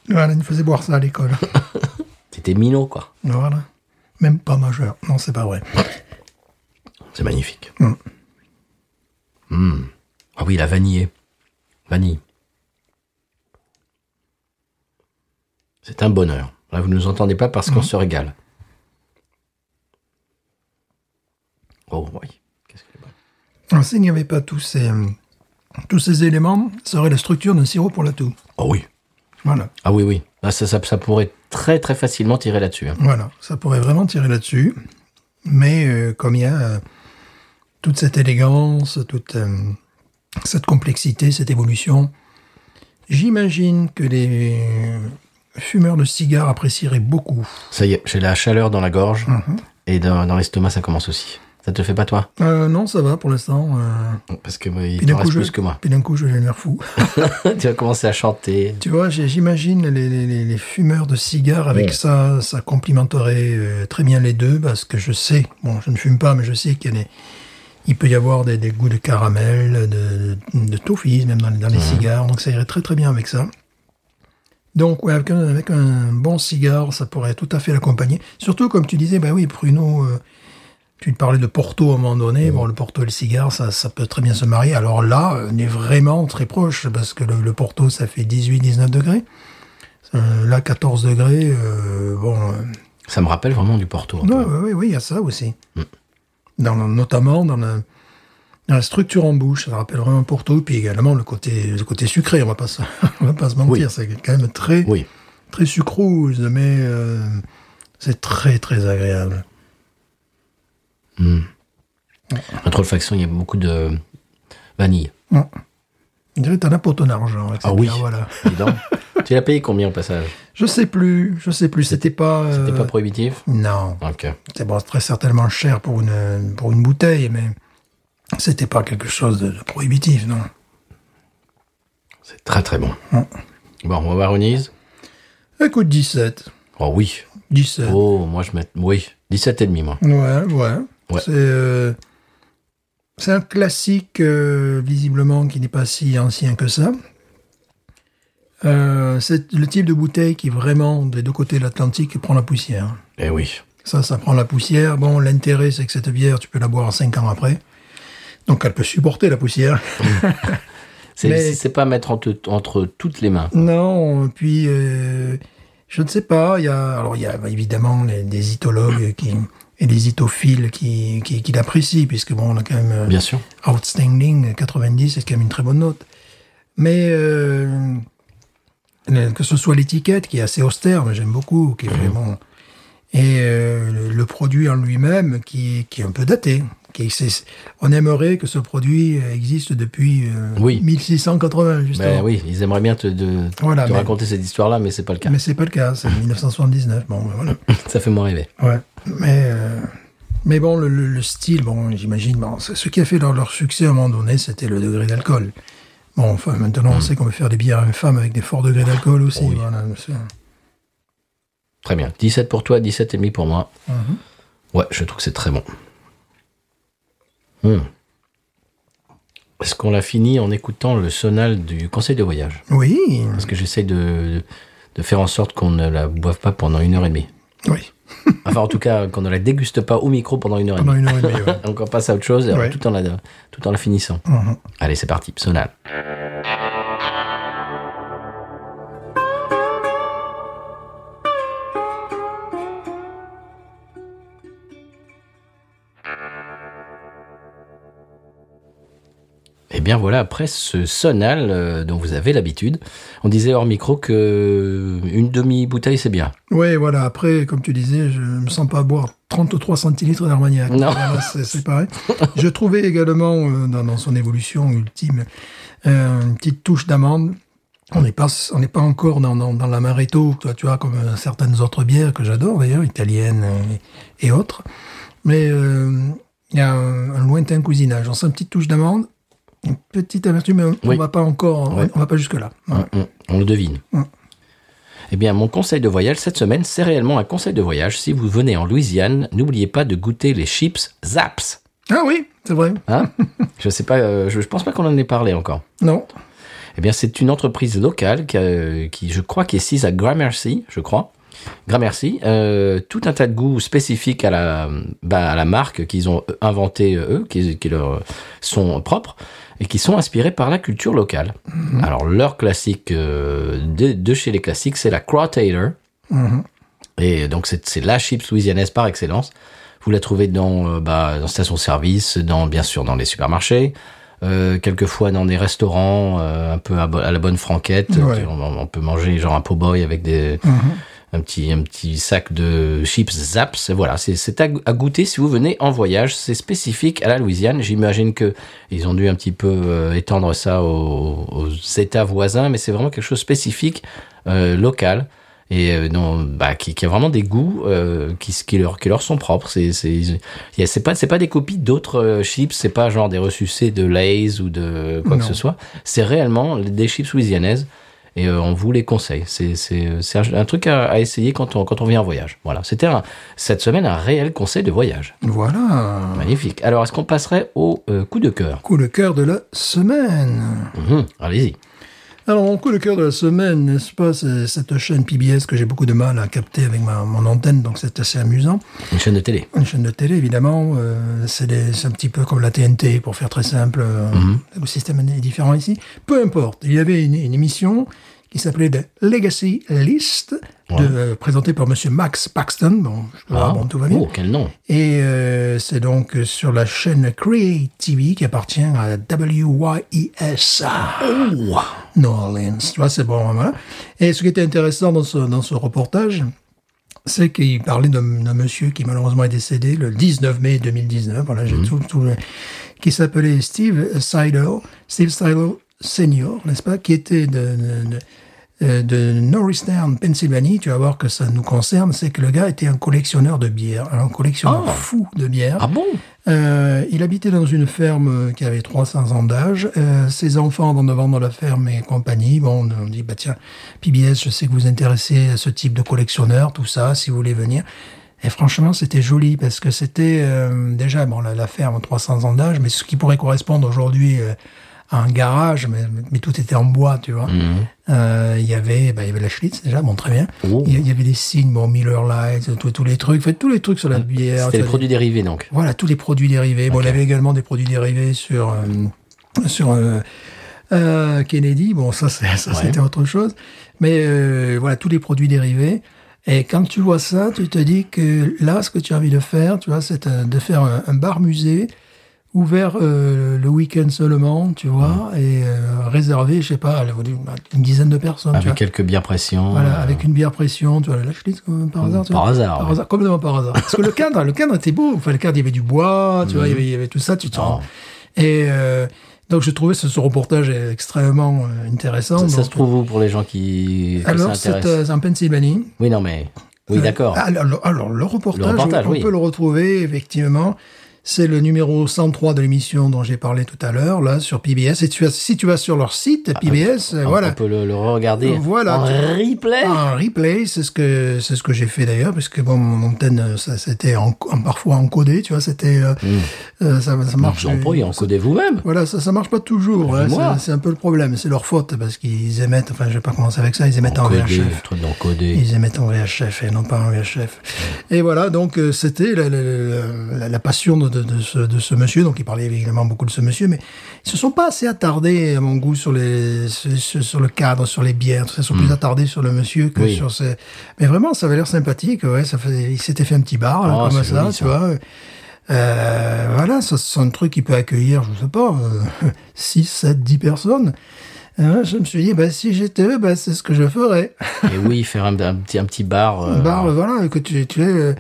C: voilà, il nous faisait boire ça à l'école.
A: T'étais minot, quoi.
C: voilà. Même pas majeur. Non, c'est pas vrai.
A: C'est magnifique.
C: Mm.
A: Mm. Ah oui, la vanillée. Vanille. C'est un bonheur. Là, vous ne nous entendez pas parce qu'on
C: Mhm.
A: se régale. Oh oui. Qu'est-ce qu'elle est bonne.
C: Alors, S'il n'y avait pas tous ces, euh, tous ces éléments, ça aurait la structure d'un sirop pour la toux.
A: Oh oui.
C: Voilà.
A: Ah oui, oui. Ah, ça, ça, ça pourrait très très facilement tirer là-dessus. hein.
C: Voilà, ça pourrait vraiment tirer là-dessus. Mais euh, comme il y a euh, toute cette élégance, toute euh, cette complexité, cette évolution, j'imagine que les fumeurs de cigares apprécieraient beaucoup.
A: Ça y est, j'ai la chaleur dans la gorge
C: Mhm.
A: et dans, dans l'estomac, ça commence aussi. Ça te le fait pas toi
C: Euh, non, ça va pour l'instant. euh,
A: Parce que moi, il
C: puis d'un
A: t'en
C: coup,
A: reste
C: je,
A: plus que moi.
C: puis d'un coup, je vais l'air fou.
A: tu vas commencer à chanter.
C: tu vois, j'ai- j'imagine les, les- les- les fumeurs de cigares avec
A: Ouais.
C: ça, ça complimenterait euh, très bien les deux parce que je sais, bon, je ne fume pas, mais je sais qu'il y a des- il peut y avoir des, des goûts de caramel, de, de toffee, même dans, les- dans les cigares, donc ça irait très très bien avec ça. Donc, ouais, avec, un, avec un bon cigare, ça pourrait tout à fait l'accompagner. Surtout, comme tu disais, bah oui, pruneau, euh, Tu parlais de Porto à un moment donné. Bon, le Porto et le cigare, ça, ça peut très bien se marier. Alors là, euh, on est vraiment très proche parce que le, le Porto, ça fait 18-19 degrés. Euh, là, 14 degrés, euh, bon. euh,
A: Ça me rappelle vraiment du Porto. Mm. un peu.
C: oui, oui, oui, il y a ça aussi. Dans le- notamment dans la, dans la structure en bouche, ça rappelle vraiment pour tout. Puis également le côté, le côté sucré, on va pas se, on va pas se mentir,
A: Oui.
C: c'est quand même très,
A: Oui.
C: très sucrose, mais euh, c'est très, très agréable.
A: Entre le faction, il y a beaucoup de vanille.
C: Non. Je dirais t'en as pour ton argent. avec
A: Ah
C: cette
A: oui.
C: bière, Voilà.
A: Dis donc. tu l'as payé combien au passage
C: Je sais plus, je sais plus. C'était pas. euh,
A: C'était pas prohibitif
C: Non.
A: Ok.
C: C'était bon, très certainement cher pour une, pour une bouteille, mais c'était pas quelque chose de, de prohibitif, non.
A: C'est très très bon.
C: Ouais.
A: Bon, on va voir Unise.
C: Écoute, 17.
A: Oh oui.
C: 17.
A: Oh, moi je mets. Oui. 17,5 moi.
C: Ouais, ouais.
A: Ouais.
C: C'est euh, c'est un classique, euh, visiblement, qui n'est pas si ancien que ça. Euh, c'est le type de bouteille qui, vraiment, des deux côtés de l'Atlantique, prend la poussière.
A: Eh oui.
C: Ça, ça prend la poussière. Bon, l'intérêt, c'est que cette bière, tu peux la boire 5 ans après. Donc, elle peut supporter la poussière.
A: C'est
C: Mais-
A: c'est pas à mettre entre, entre toutes les mains.
C: Non, puis euh, je ne sais pas. Il y a alors il y a évidemment les- des itologues qui et des itophiles qui qui, qui l'apprécient puisque bon on a quand même euh,
A: Bien sûr.
C: outstanding 90 c'est quand même une très bonne note. Mais euh, le- que ce soit l'étiquette qui est assez austère, mais j'aime beaucoup,
A: Mhm.
C: qui est vraiment et euh, le- le produit en lui-même qui est- qui est un peu daté. Qui, c'est- on aimerait que ce produit existe depuis euh,
A: Oui.
C: 1680 justement.
A: Ben oui, ils aimeraient bien te, de,
C: Voilà,
A: te
C: mais-
A: raconter cette histoire-là, mais c'est pas le cas.
C: Mais c'est pas le cas, c'est 1979. Bon, ben voilà.
A: Ça fait moins rêver.
C: Ouais. Mais, euh, mais bon, le, le- le style, bon, j'imagine, bon, c'est- ce qui a fait leur, leur succès à un moment donné, c'était le degré d'alcool. Bon, enfin, maintenant, on sait qu'on peut faire des bières infâmes avec des forts degrés d'alcool aussi.
A: Oui.
C: voilà, c'est-
A: Très bien. 17 pour toi, 17,5 pour moi.
C: Mhm.
A: Ouais, je trouve que c'est très bon. Hmm. Est-ce qu'on l'a fini en écoutant le sonal du conseil de voyage
C: Oui,
A: Parce que j'essaye de, de faire en sorte qu'on ne la boive pas pendant une heure et demie.
C: oui,
A: Enfin, en tout cas, qu'on ne la déguste pas au micro pendant une heure et
C: pendant
A: demie.
C: une heure et demie. ouais.
A: Donc on passe à autre chose
C: Ouais.
A: tout, en la, tout en la finissant.
C: Mhm.
A: Allez, c'est parti, sonal. Et Eh bien voilà, après ce sonal euh, dont vous avez l'habitude, on disait hors micro que une demi-bouteille c'est bien.
C: Oui, voilà, après, comme tu disais, je me sens pas boire 33 centilitres d'Armagnac.
A: Non.
C: Voilà, c'est c'est pareil. je trouvais également, euh, dans, dans son évolution ultime, euh, une petite touche d'amande. On n'est pas, on n'est pas encore dans, dans, dans l'amaretto, toi, tu vois, comme euh, certaines autres bières que j'adore d'ailleurs, italiennes euh, et, autres. Mais euh, il y a un, un lointain cousinage. On sent une petite touche d'amande, une petite amertume, mais on
A: Oui.
C: va pas encore,
A: Ouais.
C: on, va pas jusque-là. Voilà.
A: On, on le devine.
C: Mm.
A: Eh bien, mon conseil de voyage cette semaine, c'est réellement un conseil de voyage. Si vous venez en Louisiane, n'oubliez pas de goûter les chips Zaps.
C: Ah oui, c'est vrai.
A: Hein je sais pas, euh, je, je pense pas qu'on en ait parlé encore.
C: Non.
A: Eh bien, c'est une entreprise locale qui, a- qui, je crois, qui est sise à Gramercy, je crois. Gramercy, euh, tout un tas de goûts spécifiques à la, bah, à la marque qu'ils ont inventé euh, eux, qui, qui leur sont propres et qui sont inspirés par la culture locale.
C: Mhm.
A: Alors, leur classique euh, de, de chez les classiques, c'est la Crawtaylor.
C: Mhm.
A: Et donc, c'est c'est la chips louisianaise par excellence. Vous la trouvez dans, euh, bah, dans stations-service, dans, bien sûr dans les supermarchés, euh, quelquefois dans des restaurants euh, un peu à, bo- à la bonne franquette.
C: Ouais. Mhm.
A: On, on peut manger genre un po-boy avec des, un, petit, un petit sac de chips zaps. Et Voilà, c'est- c'est à, go- à goûter si vous venez en voyage. C'est spécifique à la Louisiane. J'imagine que ils ont dû un petit peu euh, étendre ça aux, aux États voisins, mais c'est vraiment quelque chose de spécifique, euh, local et euh, non, bah, qui, qui a vraiment des goûts euh, qui, qui, leur, qui leur sont propres. C'est c'est ils- y a- c'est pas c'est pas des copies d'autres euh, chips, c'est pas genre des ressucés de Lay's ou de quoi que
C: Non.
A: ce soit. C'est réellement des chips louisianaises et euh, on vous les conseille. C'est c'est euh, c'est un, un truc à, à essayer quand on quand on vient en voyage. Voilà, c'était un- cette semaine un réel conseil de voyage.
C: Voilà.
A: Magnifique. Alors est-ce qu'on passerait au euh, coup de cœur
C: coup de cœur de la semaine.
A: Mhm, Allez-y.
C: Alors, mon coup de cœur de la semaine, n'est-ce pas C'est cette chaîne PBS que j'ai beaucoup de mal à capter avec ma, mon antenne, donc c'est assez amusant.
A: Une chaîne de télé.
C: Une chaîne de télé, évidemment, euh, c'est des- c'est un petit peu comme la TNT, pour faire très simple. euh, Le système est différent ici. Peu importe, il y avait une, une émission qui s'appelait The Legacy List, de- euh, présentée par Monsieur Max Paxton. Bon, je dois avoir- Ah bon, tout va bien.
A: Oh, quel nom.
C: Et euh, c'est donc sur la chaîne Create TV qui appartient à WYES. New Orleans. Tu vois, c'est bon, voilà. Et ce qui était intéressant dans ce, dans ce reportage, c'est qu'il parlait d'un d'un monsieur qui malheureusement est décédé le 19 mai 2019. Voilà,
A: Mhm.
C: j'ai tout, tout le- qui s'appelait Steve Seidel, Steve Seidel Senior, n'est-ce pas, qui était de, de- de- euh, de Norristown, Pennsylvanie, tu vas voir que ça nous concerne, c'est que le gars était un collectionneur de bière, un collectionneur
A: Ah.
C: fou de bière.
A: Ah bon
C: Euh, il habitait dans une ferme euh, qui avait 300 ans d'âge. Euh, ses enfants vont de vendre la ferme et compagnie. Bon, on dit, bah tiens, PBS, je sais que vous intéressez à ce type de collectionneur, tout ça, si vous voulez venir. Et franchement, c'était joli parce que c'était euh, déjà, bon, la, la ferme 300 ans d'âge, mais ce qui pourrait correspondre aujourd'hui euh, à un garage, mais, mais tout était en bois, tu vois. Euh, Il y avait, bah, il y avait la Schlitz déjà, bon, très bien.
A: Mhm. Oh.
C: Il y, il y avait des signes, bon, Miller Light, tous- tous les trucs, fait, tous les trucs sur la bière. tu
A: C'était les
C: vois,
A: produits dérivés, donc.
C: voilà, tous les produits dérivés. Bon, il y avait également des produits dérivés sur, euh, sur euh, euh, Kennedy. Bon, ça, c'est- ça, c'était autre chose. Mais euh, voilà, tous les produits dérivés. Et quand tu vois ça, tu te dis que là, ce que tu as envie de faire, tu vois, c'est euh, de faire un, bar-musée ouvert euh, le week-end seulement, tu vois,
A: Mm.
C: et euh, réservé, je sais pas, à une dizaine de personnes. Ah,
A: Avec
C: tu vois.
A: quelques bières pression.
C: Voilà, avec une bière pression, tu vois, la Schlitz, comme par hasard. tu
A: par
C: vois.
A: hasard,
C: Par
A: ouais.
C: hasard, complètement par hasard. Parce que le cadre, le cadre était beau. Enfin, le cadre, il y avait du bois, tu vois, il y avait, il y avait tout ça, tu
A: Ah.
C: te rends. Et euh, donc, je trouvais ce, ce reportage extrêmement euh, intéressant.
A: Ça, ça
C: Donc,
A: se trouve où pour les gens qui qui
C: Alors, c'est
A: s'intéressent
C: euh, ah, en Pennsylvanie.
A: Oui, non, mais. Oui, d'accord.
C: Alors, le- alors, le reportage,
A: Le reportage,
C: on
A: oui.
C: peut le retrouver, effectivement. C'est le numéro 103 de l'émission dont j'ai parlé tout à l'heure, là, sur PBS. Et tu vas- si tu vas sur leur site,
A: Ah,
C: PBS, euh,
A: On-
C: voilà. Euh,
A: On peut le, le regarder
C: Voilà. Ah,
A: en replay.
C: Un replay, c'est ce que c'est ce que j'ai fait d'ailleurs, parce que bon, mon antenne, euh, ça c'était en- en- parfois encodé, tu vois, c'était euh, euh, ça, ça marche.
A: Je vous en prie, encodez vous-même.
C: Voilà, ça, ça marche pas toujours. hein,
A: Dis-moi.
C: c'est- c'est un peu le problème. C'est leur faute parce qu'ils émettent. Enfin, je vais pas commencer avec ça. Ils émettent en
A: Encoder,
C: VHF.
A: truc d'encoder.
C: Ils émettent en VHF et non pas en VHF. Et voilà, donc euh, c'était la, la- la- la- la passion de, de- de ce, de ce monsieur. Donc il parlait évidemment beaucoup de ce monsieur, mais ils se sont pas assez attardés à mon goût sur les sur, sur- sur le cadre, sur les bières. tout ça. Ils sont plus attardés sur le monsieur que
A: Hmm. Oui.
C: sur ces. Mais vraiment, ça avait l'air sympathique. Ouais, ça faisait- il s'était fait un petit bar là,
A: Ah,
C: comme
A: c'est
C: ça,
A: joli,
C: tu
A: ça.
C: vois. Euh, voilà, ça c'est un truc qui peut accueillir, je sais pas, euh, 6, 7, 10 personnes. Euh, je me suis dit, bah, si j'étais eux, bah, c'est ce que je ferais.
A: Et oui, faire un, un petit, un petit bar. euh,
C: Bar, Bah, voilà, que tu, tu es, euh,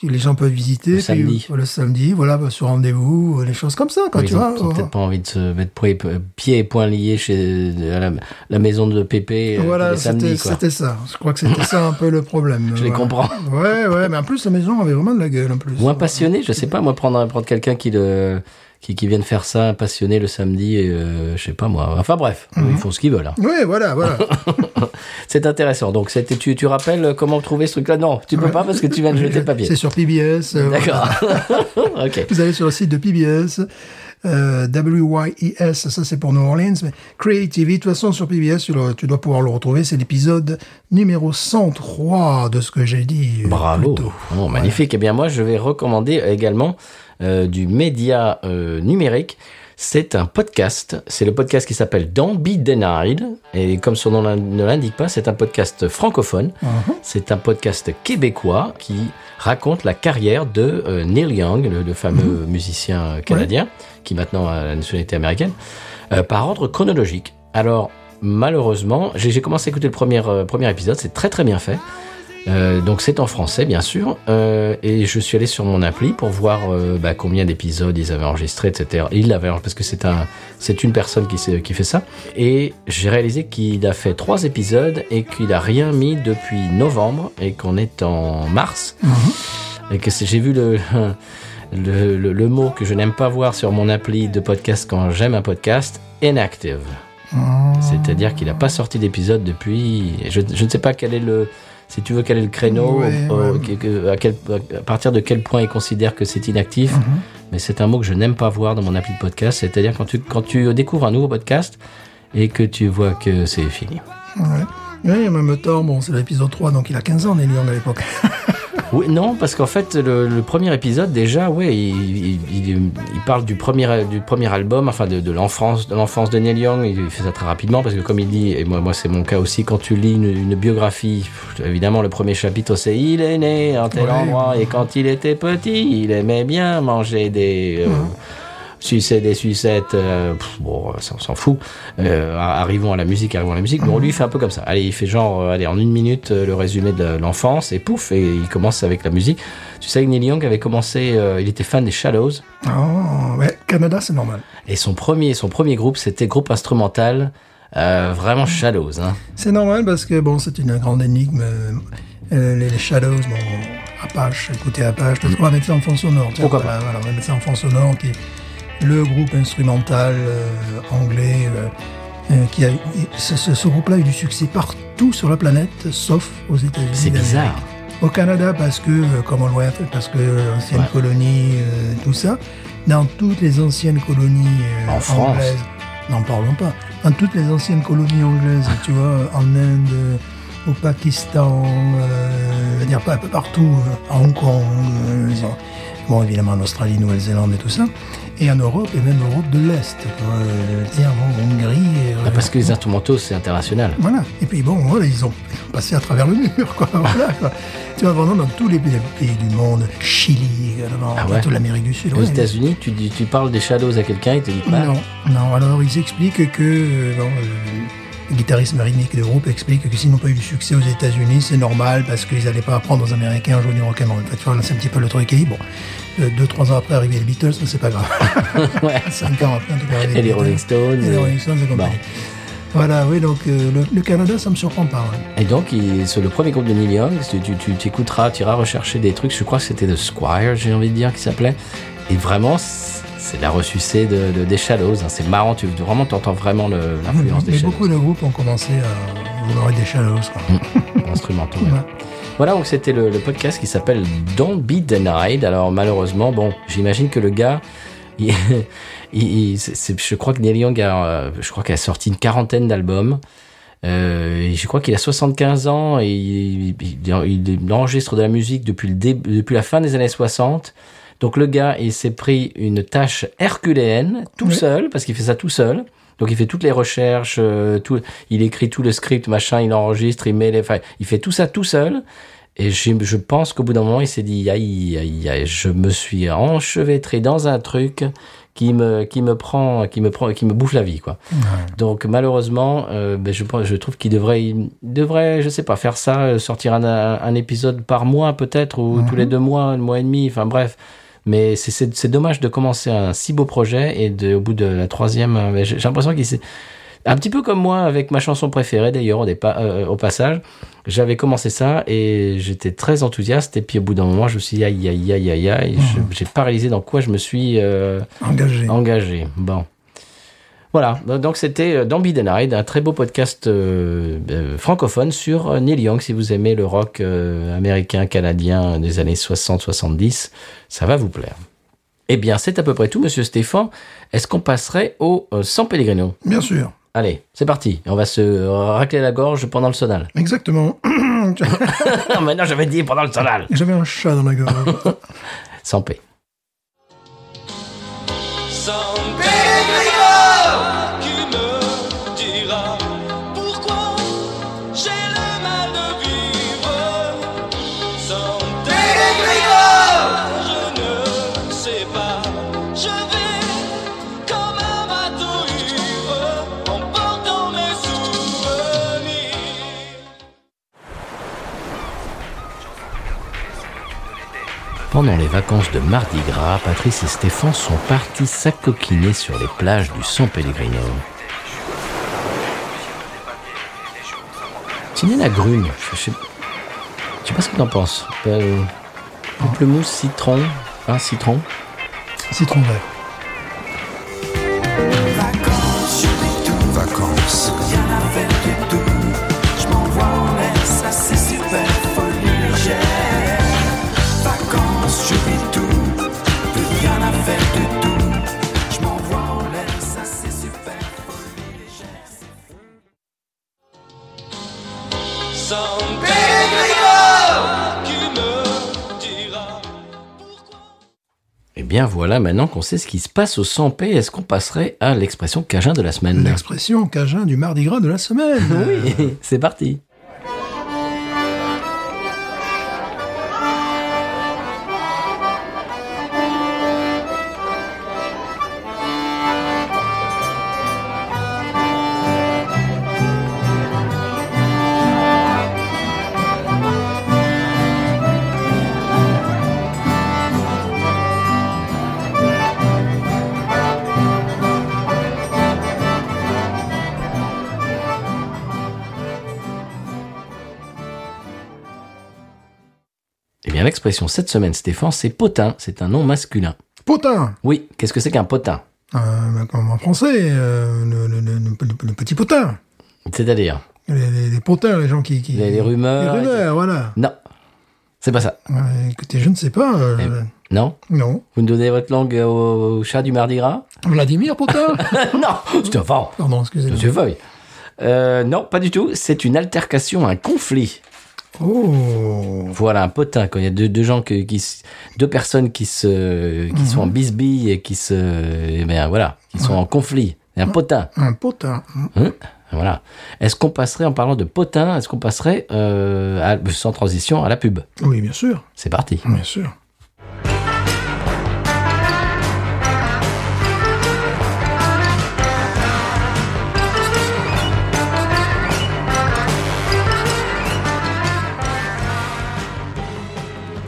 C: que les gens peuvent visiter. puis,
A: samedi.
C: euh, Le samedi, voilà, bah, sur rendez-vous, euh, les choses comme ça, quoi,
A: Oui,
C: tu
A: ils ont
C: vois. oh.
A: peut-être
C: voilà.
A: pas envie de se mettre pieds pieds et poings liés chez à la, la maison de Pépé euh, tous
C: Oh, Voilà,
A: les samedis.
C: c'était
A: quoi.
C: c'était ça. Je crois que c'était ça un peu le problème.
A: Je les
C: Voilà.
A: comprends.
C: Ouais, ouais, mais en plus, la maison avait vraiment de la gueule, en plus.
A: Ou un passionné, je sais pas, moi prendre, prendre quelqu'un qui le qui, qui vient de faire ça, un passionné le samedi, et, euh, je sais pas moi. Enfin bref,
C: Mhm.
A: ils font ce qu'ils veulent. hein.
C: Ouais, voilà, voilà.
A: C'est intéressant. Donc c'était- tu, tu rappelles comment trouver ce truc-là Non, tu peux pas parce que tu viens de jeter le papier.
C: C'est sur PBS. euh,
A: D'accord. ok.
C: Vous allez sur le site de PBS, euh, WYES, ça c'est pour New Orleans, mais Creativity, de toute façon sur PBS, tu, le- tu dois pouvoir le retrouver, c'est l'épisode numéro 103 de ce que j'ai dit. euh,
A: Bravo.
C: plus tôt.
A: Oh, magnifique. Eh bien, moi, je vais recommander également euh, du média euh, numérique. C'est un podcast. C'est le podcast qui s'appelle Don't Be Denied. Et comme son nom l'in- ne l'indique pas, c'est un podcast francophone. C'est un podcast québécois qui raconte la carrière de euh, Neil Young, le, le fameux musicien canadien, qui maintenant a la nationalité américaine, euh, par ordre chronologique. Alors, malheureusement, j'ai j'ai commencé à écouter le premier, euh, premier épisode. C'est très, très bien fait. Euh, donc c'est en français bien sûr Euh, et je suis allé sur mon appli pour voir euh, bah, combien d'épisodes ils avaient enregistré etc. Il l'avait parce que c'est un c'est une personne qui s'est- qui fait ça et j'ai réalisé qu'il a fait trois épisodes et qu'il a rien mis depuis novembre et qu'on est en mars et que c'est- j'ai vu le le, le- le mot que je n'aime pas voir sur mon appli de podcast quand j'aime un podcast inactive
C: Ah.
A: c'est-à-dire qu'il n'a pas sorti d'épisode depuis. Je, je ne sais pas quel est le. Si tu veux, quel est le créneau
C: Ouais,
A: euh,
C: ouais.
A: que- que- à, quel- à partir de quel point il considère que c'est inactif
C: Mhm.
A: Mais c'est un mot que je n'aime pas voir dans mon appli de podcast. C'est-à-dire quand tu, quand tu découvres un nouveau podcast et que tu vois que c'est fini.
C: Ouais. Oui, en même temps, bon, c'est l'épisode 3, donc il a 15 ans, Nélion, à l'époque.
A: Oui, non, parce qu'en fait, le, le premier épisode, déjà, ouais, il, il- il- il parle du premier, du premier album, enfin de, de l'enfance de, l'enfance de Neil Young. Il fait ça très rapidement, parce que comme il dit, et moi, moi c'est mon cas aussi, quand tu lis une, une biographie, pff, évidemment, le premier chapitre, c'est Il est né en tel
C: Ouais.
A: endroit, et quand il était petit, il aimait bien manger des. euh, sucer des sucettes, euh, pff, bon, ça, on s'en fout. Euh, arrivons à la musique, arrivons à la musique. Bon, lui, il fait un peu comme ça. Allez, il fait genre, euh, allez, en une minute, euh, le résumé de l'enfance, et pouf, et il commence avec la musique. Tu sais que Neil Young avait commencé, euh, il était fan des Shallows,
C: Oh, ouais, Canada, c'est normal.
A: et son premier, son premier groupe, c'était groupe instrumental, euh, vraiment Shallows. Hein.
C: C'est normal parce que, bon, c'est une grande énigme. euh, les, les Shadows, bon, Apache, écoutez Apache, peut-être qu'on va mettre ça en fond sonore. tiens,
A: Pourquoi
C: voilà, voilà, on va mettre ça en fond sonore, qui est le groupe instrumental euh, anglais. euh, euh, qui a, ce, ce- ce groupe-là a eu du succès partout sur la planète, sauf aux États-Unis.
A: C'est
C: d'Amérique.
A: bizarre.
C: Au Canada, parce que euh, Commonwealth, parce que euh, ancienne
A: Ouais.
C: colonie, euh, tout ça. Dans toutes les anciennes colonies euh,
A: En France.
C: anglaises, n'en parlons pas. Dans toutes les anciennes colonies anglaises, tu vois, en Inde, euh, au Pakistan, euh, je veux dire, pas un peu partout, euh, à Hong Kong, euh, ils ont- bon, évidemment en Australie, Nouvelle-Zélande et tout ça. Et en Europe, et même Europe de l'Est, tu vois, euh, je veux dire, en Hongrie. euh,
A: Ah, parce que les instrumentaux, c'est international.
C: voilà. Et puis bon, voilà, ils ont ils ont passé à travers le mur, quoi. Voilà, quoi. Tu vas vraiment dans tous les pays, les pays du monde, Chili également,
A: Ah ouais.
C: toute l'Amérique du Sud.
A: Aux
C: ouais.
A: États-Unis, tu, dis- tu parles des Shallows à quelqu'un, il te dit pas.
C: Non, non. Alors ils expliquent que euh, bon, euh, le guitariste rythmique du groupe explique que s'ils n'ont pas eu du succès aux États-Unis, c'est normal parce qu'ils n'allaient pas apprendre aux Américains à jouer du rock'n'roll. Tu vois, là, c'est un petit peu le truc. Et bon, euh, deux, trois ans après arrivaient les Beatles, mais c'est pas grave.
A: Ouais.
C: Cinq ans après, en tout cas, arrivaient
A: Et les
C: Beatles,
A: Rolling Stones.
C: Et les Rolling Stones et compagnie.
A: Bon.
C: Voilà, oui, donc euh, le, le Canada, ça me surprend pas. hein.
A: Et donc, il- sur le premier groupe de Neil Young, tu, tu, tu t'écouteras, tu iras rechercher des trucs. Je crois que c'était The Squire, j'ai envie de dire, qui s'appelait. Et vraiment, c'est c'est la ressucée de, de- des Shallows. hein. C'est marrant, tu vraiment t'entends vraiment le- l'influence des
C: Ah, Mais
A: Shallows.
C: beaucoup de groupes ont commencé à vouloir être des shallows. quoi.
A: Mm. instrumentaux. ouais.
C: Ouais.
A: Voilà, donc c'était le, le podcast qui s'appelle Don't Be Denied. Alors malheureusement, bon, j'imagine que le gars, il- il- il- c'est- c'est- je crois que Neil Young a, euh, je crois qu'il a sorti une quarantaine d'albums. Euh, et je crois qu'il a 75 ans et il, il- il- il enregistre de la musique depuis, le dé- depuis la fin des années 60. Donc le gars, il s'est pris une tâche herculéenne tout
C: Oui.
A: seul, parce qu'il fait ça tout seul. Donc il fait toutes les recherches, euh, tout, il écrit tout le script, machin, il enregistre, il met les, enfin, il fait tout ça tout seul. Et j'ai- je pense qu'au bout d'un moment, il s'est dit, aïe, aïe, aïe, je me suis enchevêtré dans un truc qui me, qui me prend, qui me prend, qui me bouffe la vie, quoi. Donc malheureusement, euh, ben, je, pense- je trouve qu'il devrait, il devrait, je sais pas, faire ça, euh, sortir un, un- un épisode par mois peut-être, ou tous les deux mois, un mois et demi, enfin bref. Mais c'est- c'est c'est dommage de commencer un si beau projet et de, au bout de la troisième, euh, ben, j'ai j'ai l'impression qu'il s'est... Un petit peu comme moi avec ma chanson préférée d'ailleurs au, dépa- euh, au passage, j'avais commencé ça et j'étais très enthousiaste et puis au bout d'un moment je me suis dit aïe aïe aïe aïe aïe, je- j'ai paralysé dans quoi je me suis... euh,
C: Engagé.
A: Engagé. Bon. Voilà, donc c'était euh, Don't Be Denied, un très beau podcast euh, euh, francophone sur euh, Neil Young. Si vous aimez le rock euh, américain, canadien euh, des années 60-70, ça va vous plaire. Eh bien, c'est à peu près tout, monsieur Stéphane. Est-ce qu'on passerait au euh, San Pellegrino
C: Bien sûr.
A: Allez, c'est parti. On va se euh, racler la gorge pendant le sonal.
C: Exactement.
A: non, maintenant j'avais dit pendant le sonal.
C: J'avais un chat dans la gorge.
A: Sans paix.
E: San Pellegrino qui me dira pourquoi j'ai le mal de vivre. San Pellegrino, je ne sais pas. Je vais comme un bateau ivre en portant mes souvenirs.
A: Pendant les vacances de Mardi Gras, Patrice et Stéphane sont partis s'acoquiner sur les plages du San Pellegrino. Tiens, la grugne. Je sais, je sais pas ce que t'en penses. Euh, Pamplemousse, citron. Hein, citron
C: Citron vert.
F: vacances.
B: Sans Grégoire, tu me diras
A: Eh bien voilà, maintenant qu'on sait ce qui se passe au 100p, est-ce qu'on passerait à l'expression cajun de la semaine
C: L'expression cajun du mardi gras de la semaine.
A: Ah Oui, c'est parti. Eh bien l'expression cette semaine, Stéphane, c'est potin, c'est un nom masculin.
C: Potin.
A: Oui, qu'est-ce que c'est qu'un potin
C: Euh, ben, comme en français, euh, le, le- le- le- le petit potin.
A: C'est-à-dire
C: Les, les- les potins, les gens qui. qui-
A: les, les rumeurs.
C: Les rumeurs, voilà.
A: Non, c'est pas ça.
C: Euh, écoutez, je ne sais pas. euh,
A: Non
C: Non.
A: Vous ne donnez votre langue au, au chat du Mardi Gras
C: Vladimir Potin
A: Non, c'est un vent.
C: Pardon, excusez-moi.
A: Monsieur Feuille. Euh, non, pas du tout. C'est une altercation, un conflit.
C: Oh
A: Voilà, un potin. Quand il y a deux, deux gens que- qui, s- deux personnes qui se, qui sont en bisbille et qui se, eh bien, voilà, qui sont en conflit. Un potin.
C: Un potin.
A: Hein voilà. Est-ce qu'on passerait, en parlant de potin, est-ce qu'on passerait euh, à- sans transition à la pub
C: Oui, bien sûr.
A: C'est parti.
C: Bien sûr.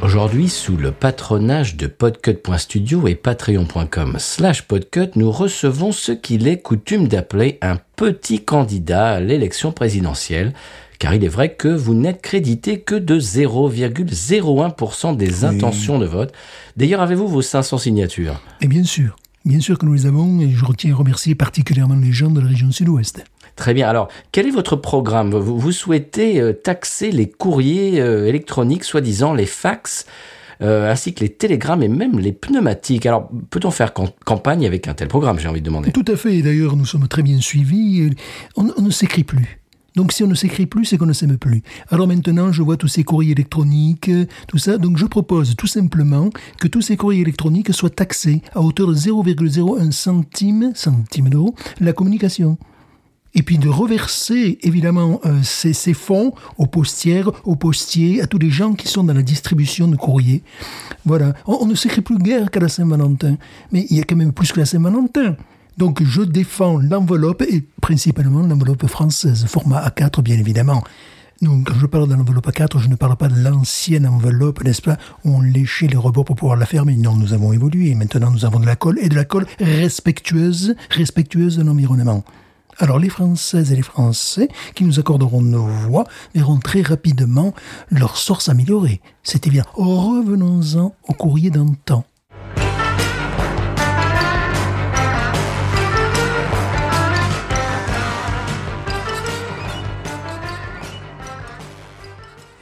A: Aujourd'hui, sous le patronage de podcut.studio et patreon.com slash podcut, nous recevons ce qu'il est coutume d'appeler un petit candidat à l'élection présidentielle, car il est vrai que vous n'êtes crédité que de 0,01% des intentions de vote. D'ailleurs, avez-vous vos 500 signatures
F: Et bien sûr, bien sûr que nous les avons, et je retiens à remercier particulièrement les gens de la région sud-ouest.
A: Très bien. Alors, quel est votre programme vous, vous souhaitez euh, taxer les courriers euh, électroniques, soi-disant les fax, euh, ainsi que les télégrammes et même les pneumatiques. Alors, peut-on faire cam- campagne avec un tel programme J'ai envie de demander.
F: Tout à fait, et d'ailleurs nous sommes très bien suivis, et on, on ne s'écrit plus. Donc si on ne s'écrit plus, c'est qu'on ne s'aime plus. Alors maintenant, je vois tous ces courriers électroniques, euh, tout ça, donc je propose tout simplement que tous ces courriers électroniques soient taxés à hauteur de 0,01 centime, centime d'euro, la communication. et puis de reverser évidemment euh, ces, ces fonds aux postières, aux postiers, à tous les gens qui sont dans la distribution de courrier. Voilà, on, on ne s'écrit plus guère qu'à la Saint-Valentin, mais il y a quand même plus que la Saint-Valentin. Donc je défends l'enveloppe, et principalement l'enveloppe française, format A4 bien évidemment. Donc quand je parle de l'enveloppe A4, je ne parle pas de l'ancienne enveloppe, n'est-ce pas, où on léchait les robots pour pouvoir la fermer. Non, nous avons évolué, maintenant nous avons de la colle, et de la colle respectueuse, respectueuse de l'environnement. Alors les Françaises et les Français qui nous accorderont nos voix verront très rapidement leur sort s'améliorer. C'est évident. Revenons-en au courrier d'antan.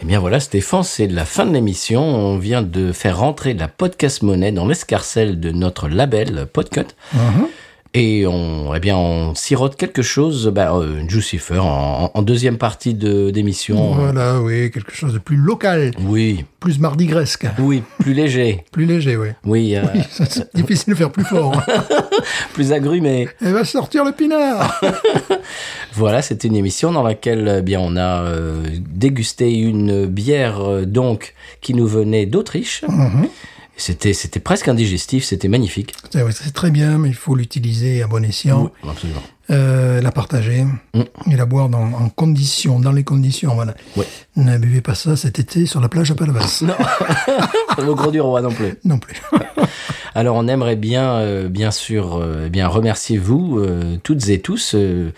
A: Eh bien voilà, Stéphane, c'est la fin de l'émission. On vient de faire rentrer la podcast monnaie dans l'escarcelle de notre label euh, Podcut. Et on, eh bien, on sirote quelque chose, bah, euh, Jucifer, en, en deuxième partie de d'émission.
C: Voilà, oui, quelque chose de plus local,
A: Oui,
C: plus mardi gresque,
A: oui, plus léger.
C: plus léger, oui.
A: Oui, euh,
F: Ah.
C: Ça, C'est difficile de faire plus fort. hein.
A: plus agrumé.
C: Elle va sortir le pinard
A: Voilà, c'était une émission dans laquelle eh bien on a euh, dégusté une bière euh, donc qui nous venait d'Autriche. C'était c'était presque indigestif, c'était magnifique.
C: C'est ouais, c'est très bien, mais il faut l'utiliser à bon escient,
A: Oui, absolument.
C: euh, la partager
F: Mm.
C: et la boire dans, en condition, dans les conditions, voilà.
A: Ouais.
C: Ne buvez pas ça cet été sur la plage à Palavas. Non.
A: Le gros du roi non plus.
C: Non plus.
A: Alors on aimerait bien, euh, bien sûr, euh, eh bien remercier vous euh, toutes et tous, euh,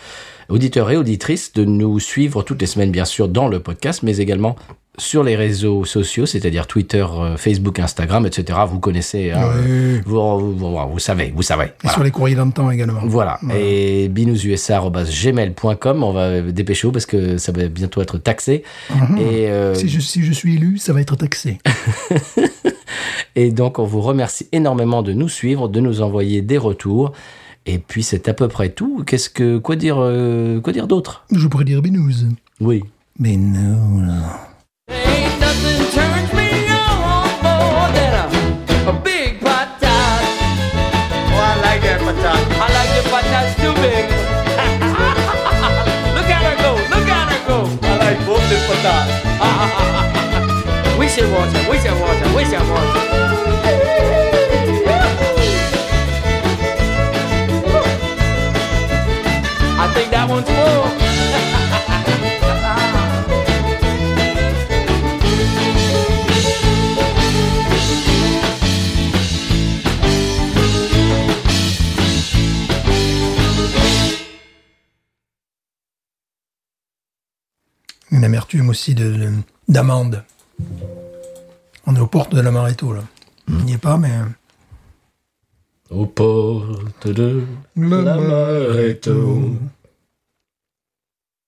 A: auditeurs et auditrices, de nous suivre toutes les semaines, bien sûr, dans le podcast, mais également sur les réseaux sociaux, c'est-à-dire Twitter, euh, Facebook, Instagram, etc. Vous connaissez, hein,
C: Oui.
A: vous, vous- vous- vous savez, vous savez.
C: Et
A: Voilà.
C: sur les courriers d'antan également.
A: Voilà. Et binoususa.gmail.com, on va dépêcher parce que ça va bientôt être taxé.
C: Mhm.
A: Et, euh,
F: Si je, si je suis élu, ça va être taxé.
A: et donc, on vous remercie énormément de nous suivre, de nous envoyer des retours. Et puis, c'est à peu près tout. Qu'est-ce que, quoi dire, euh, quoi dire d'autre
F: Je pourrais dire binouze.
A: Oui.
F: Mais non, non.
G: Ain't nothing turns me on more than a, a big patat. Oh, I like that patat. I like the patats too big. look at her go, look at her go. I like both the patats. we should watch her, we should watch her, we should watch her. I think that one's full.
C: Une amertume aussi de- de- d'amande. On est aux portes de l'amaretto, là.
F: Hmm.
C: Il n'y est pas, mais...
A: Aux portes de
C: L'amaretto.
A: l'amaretto.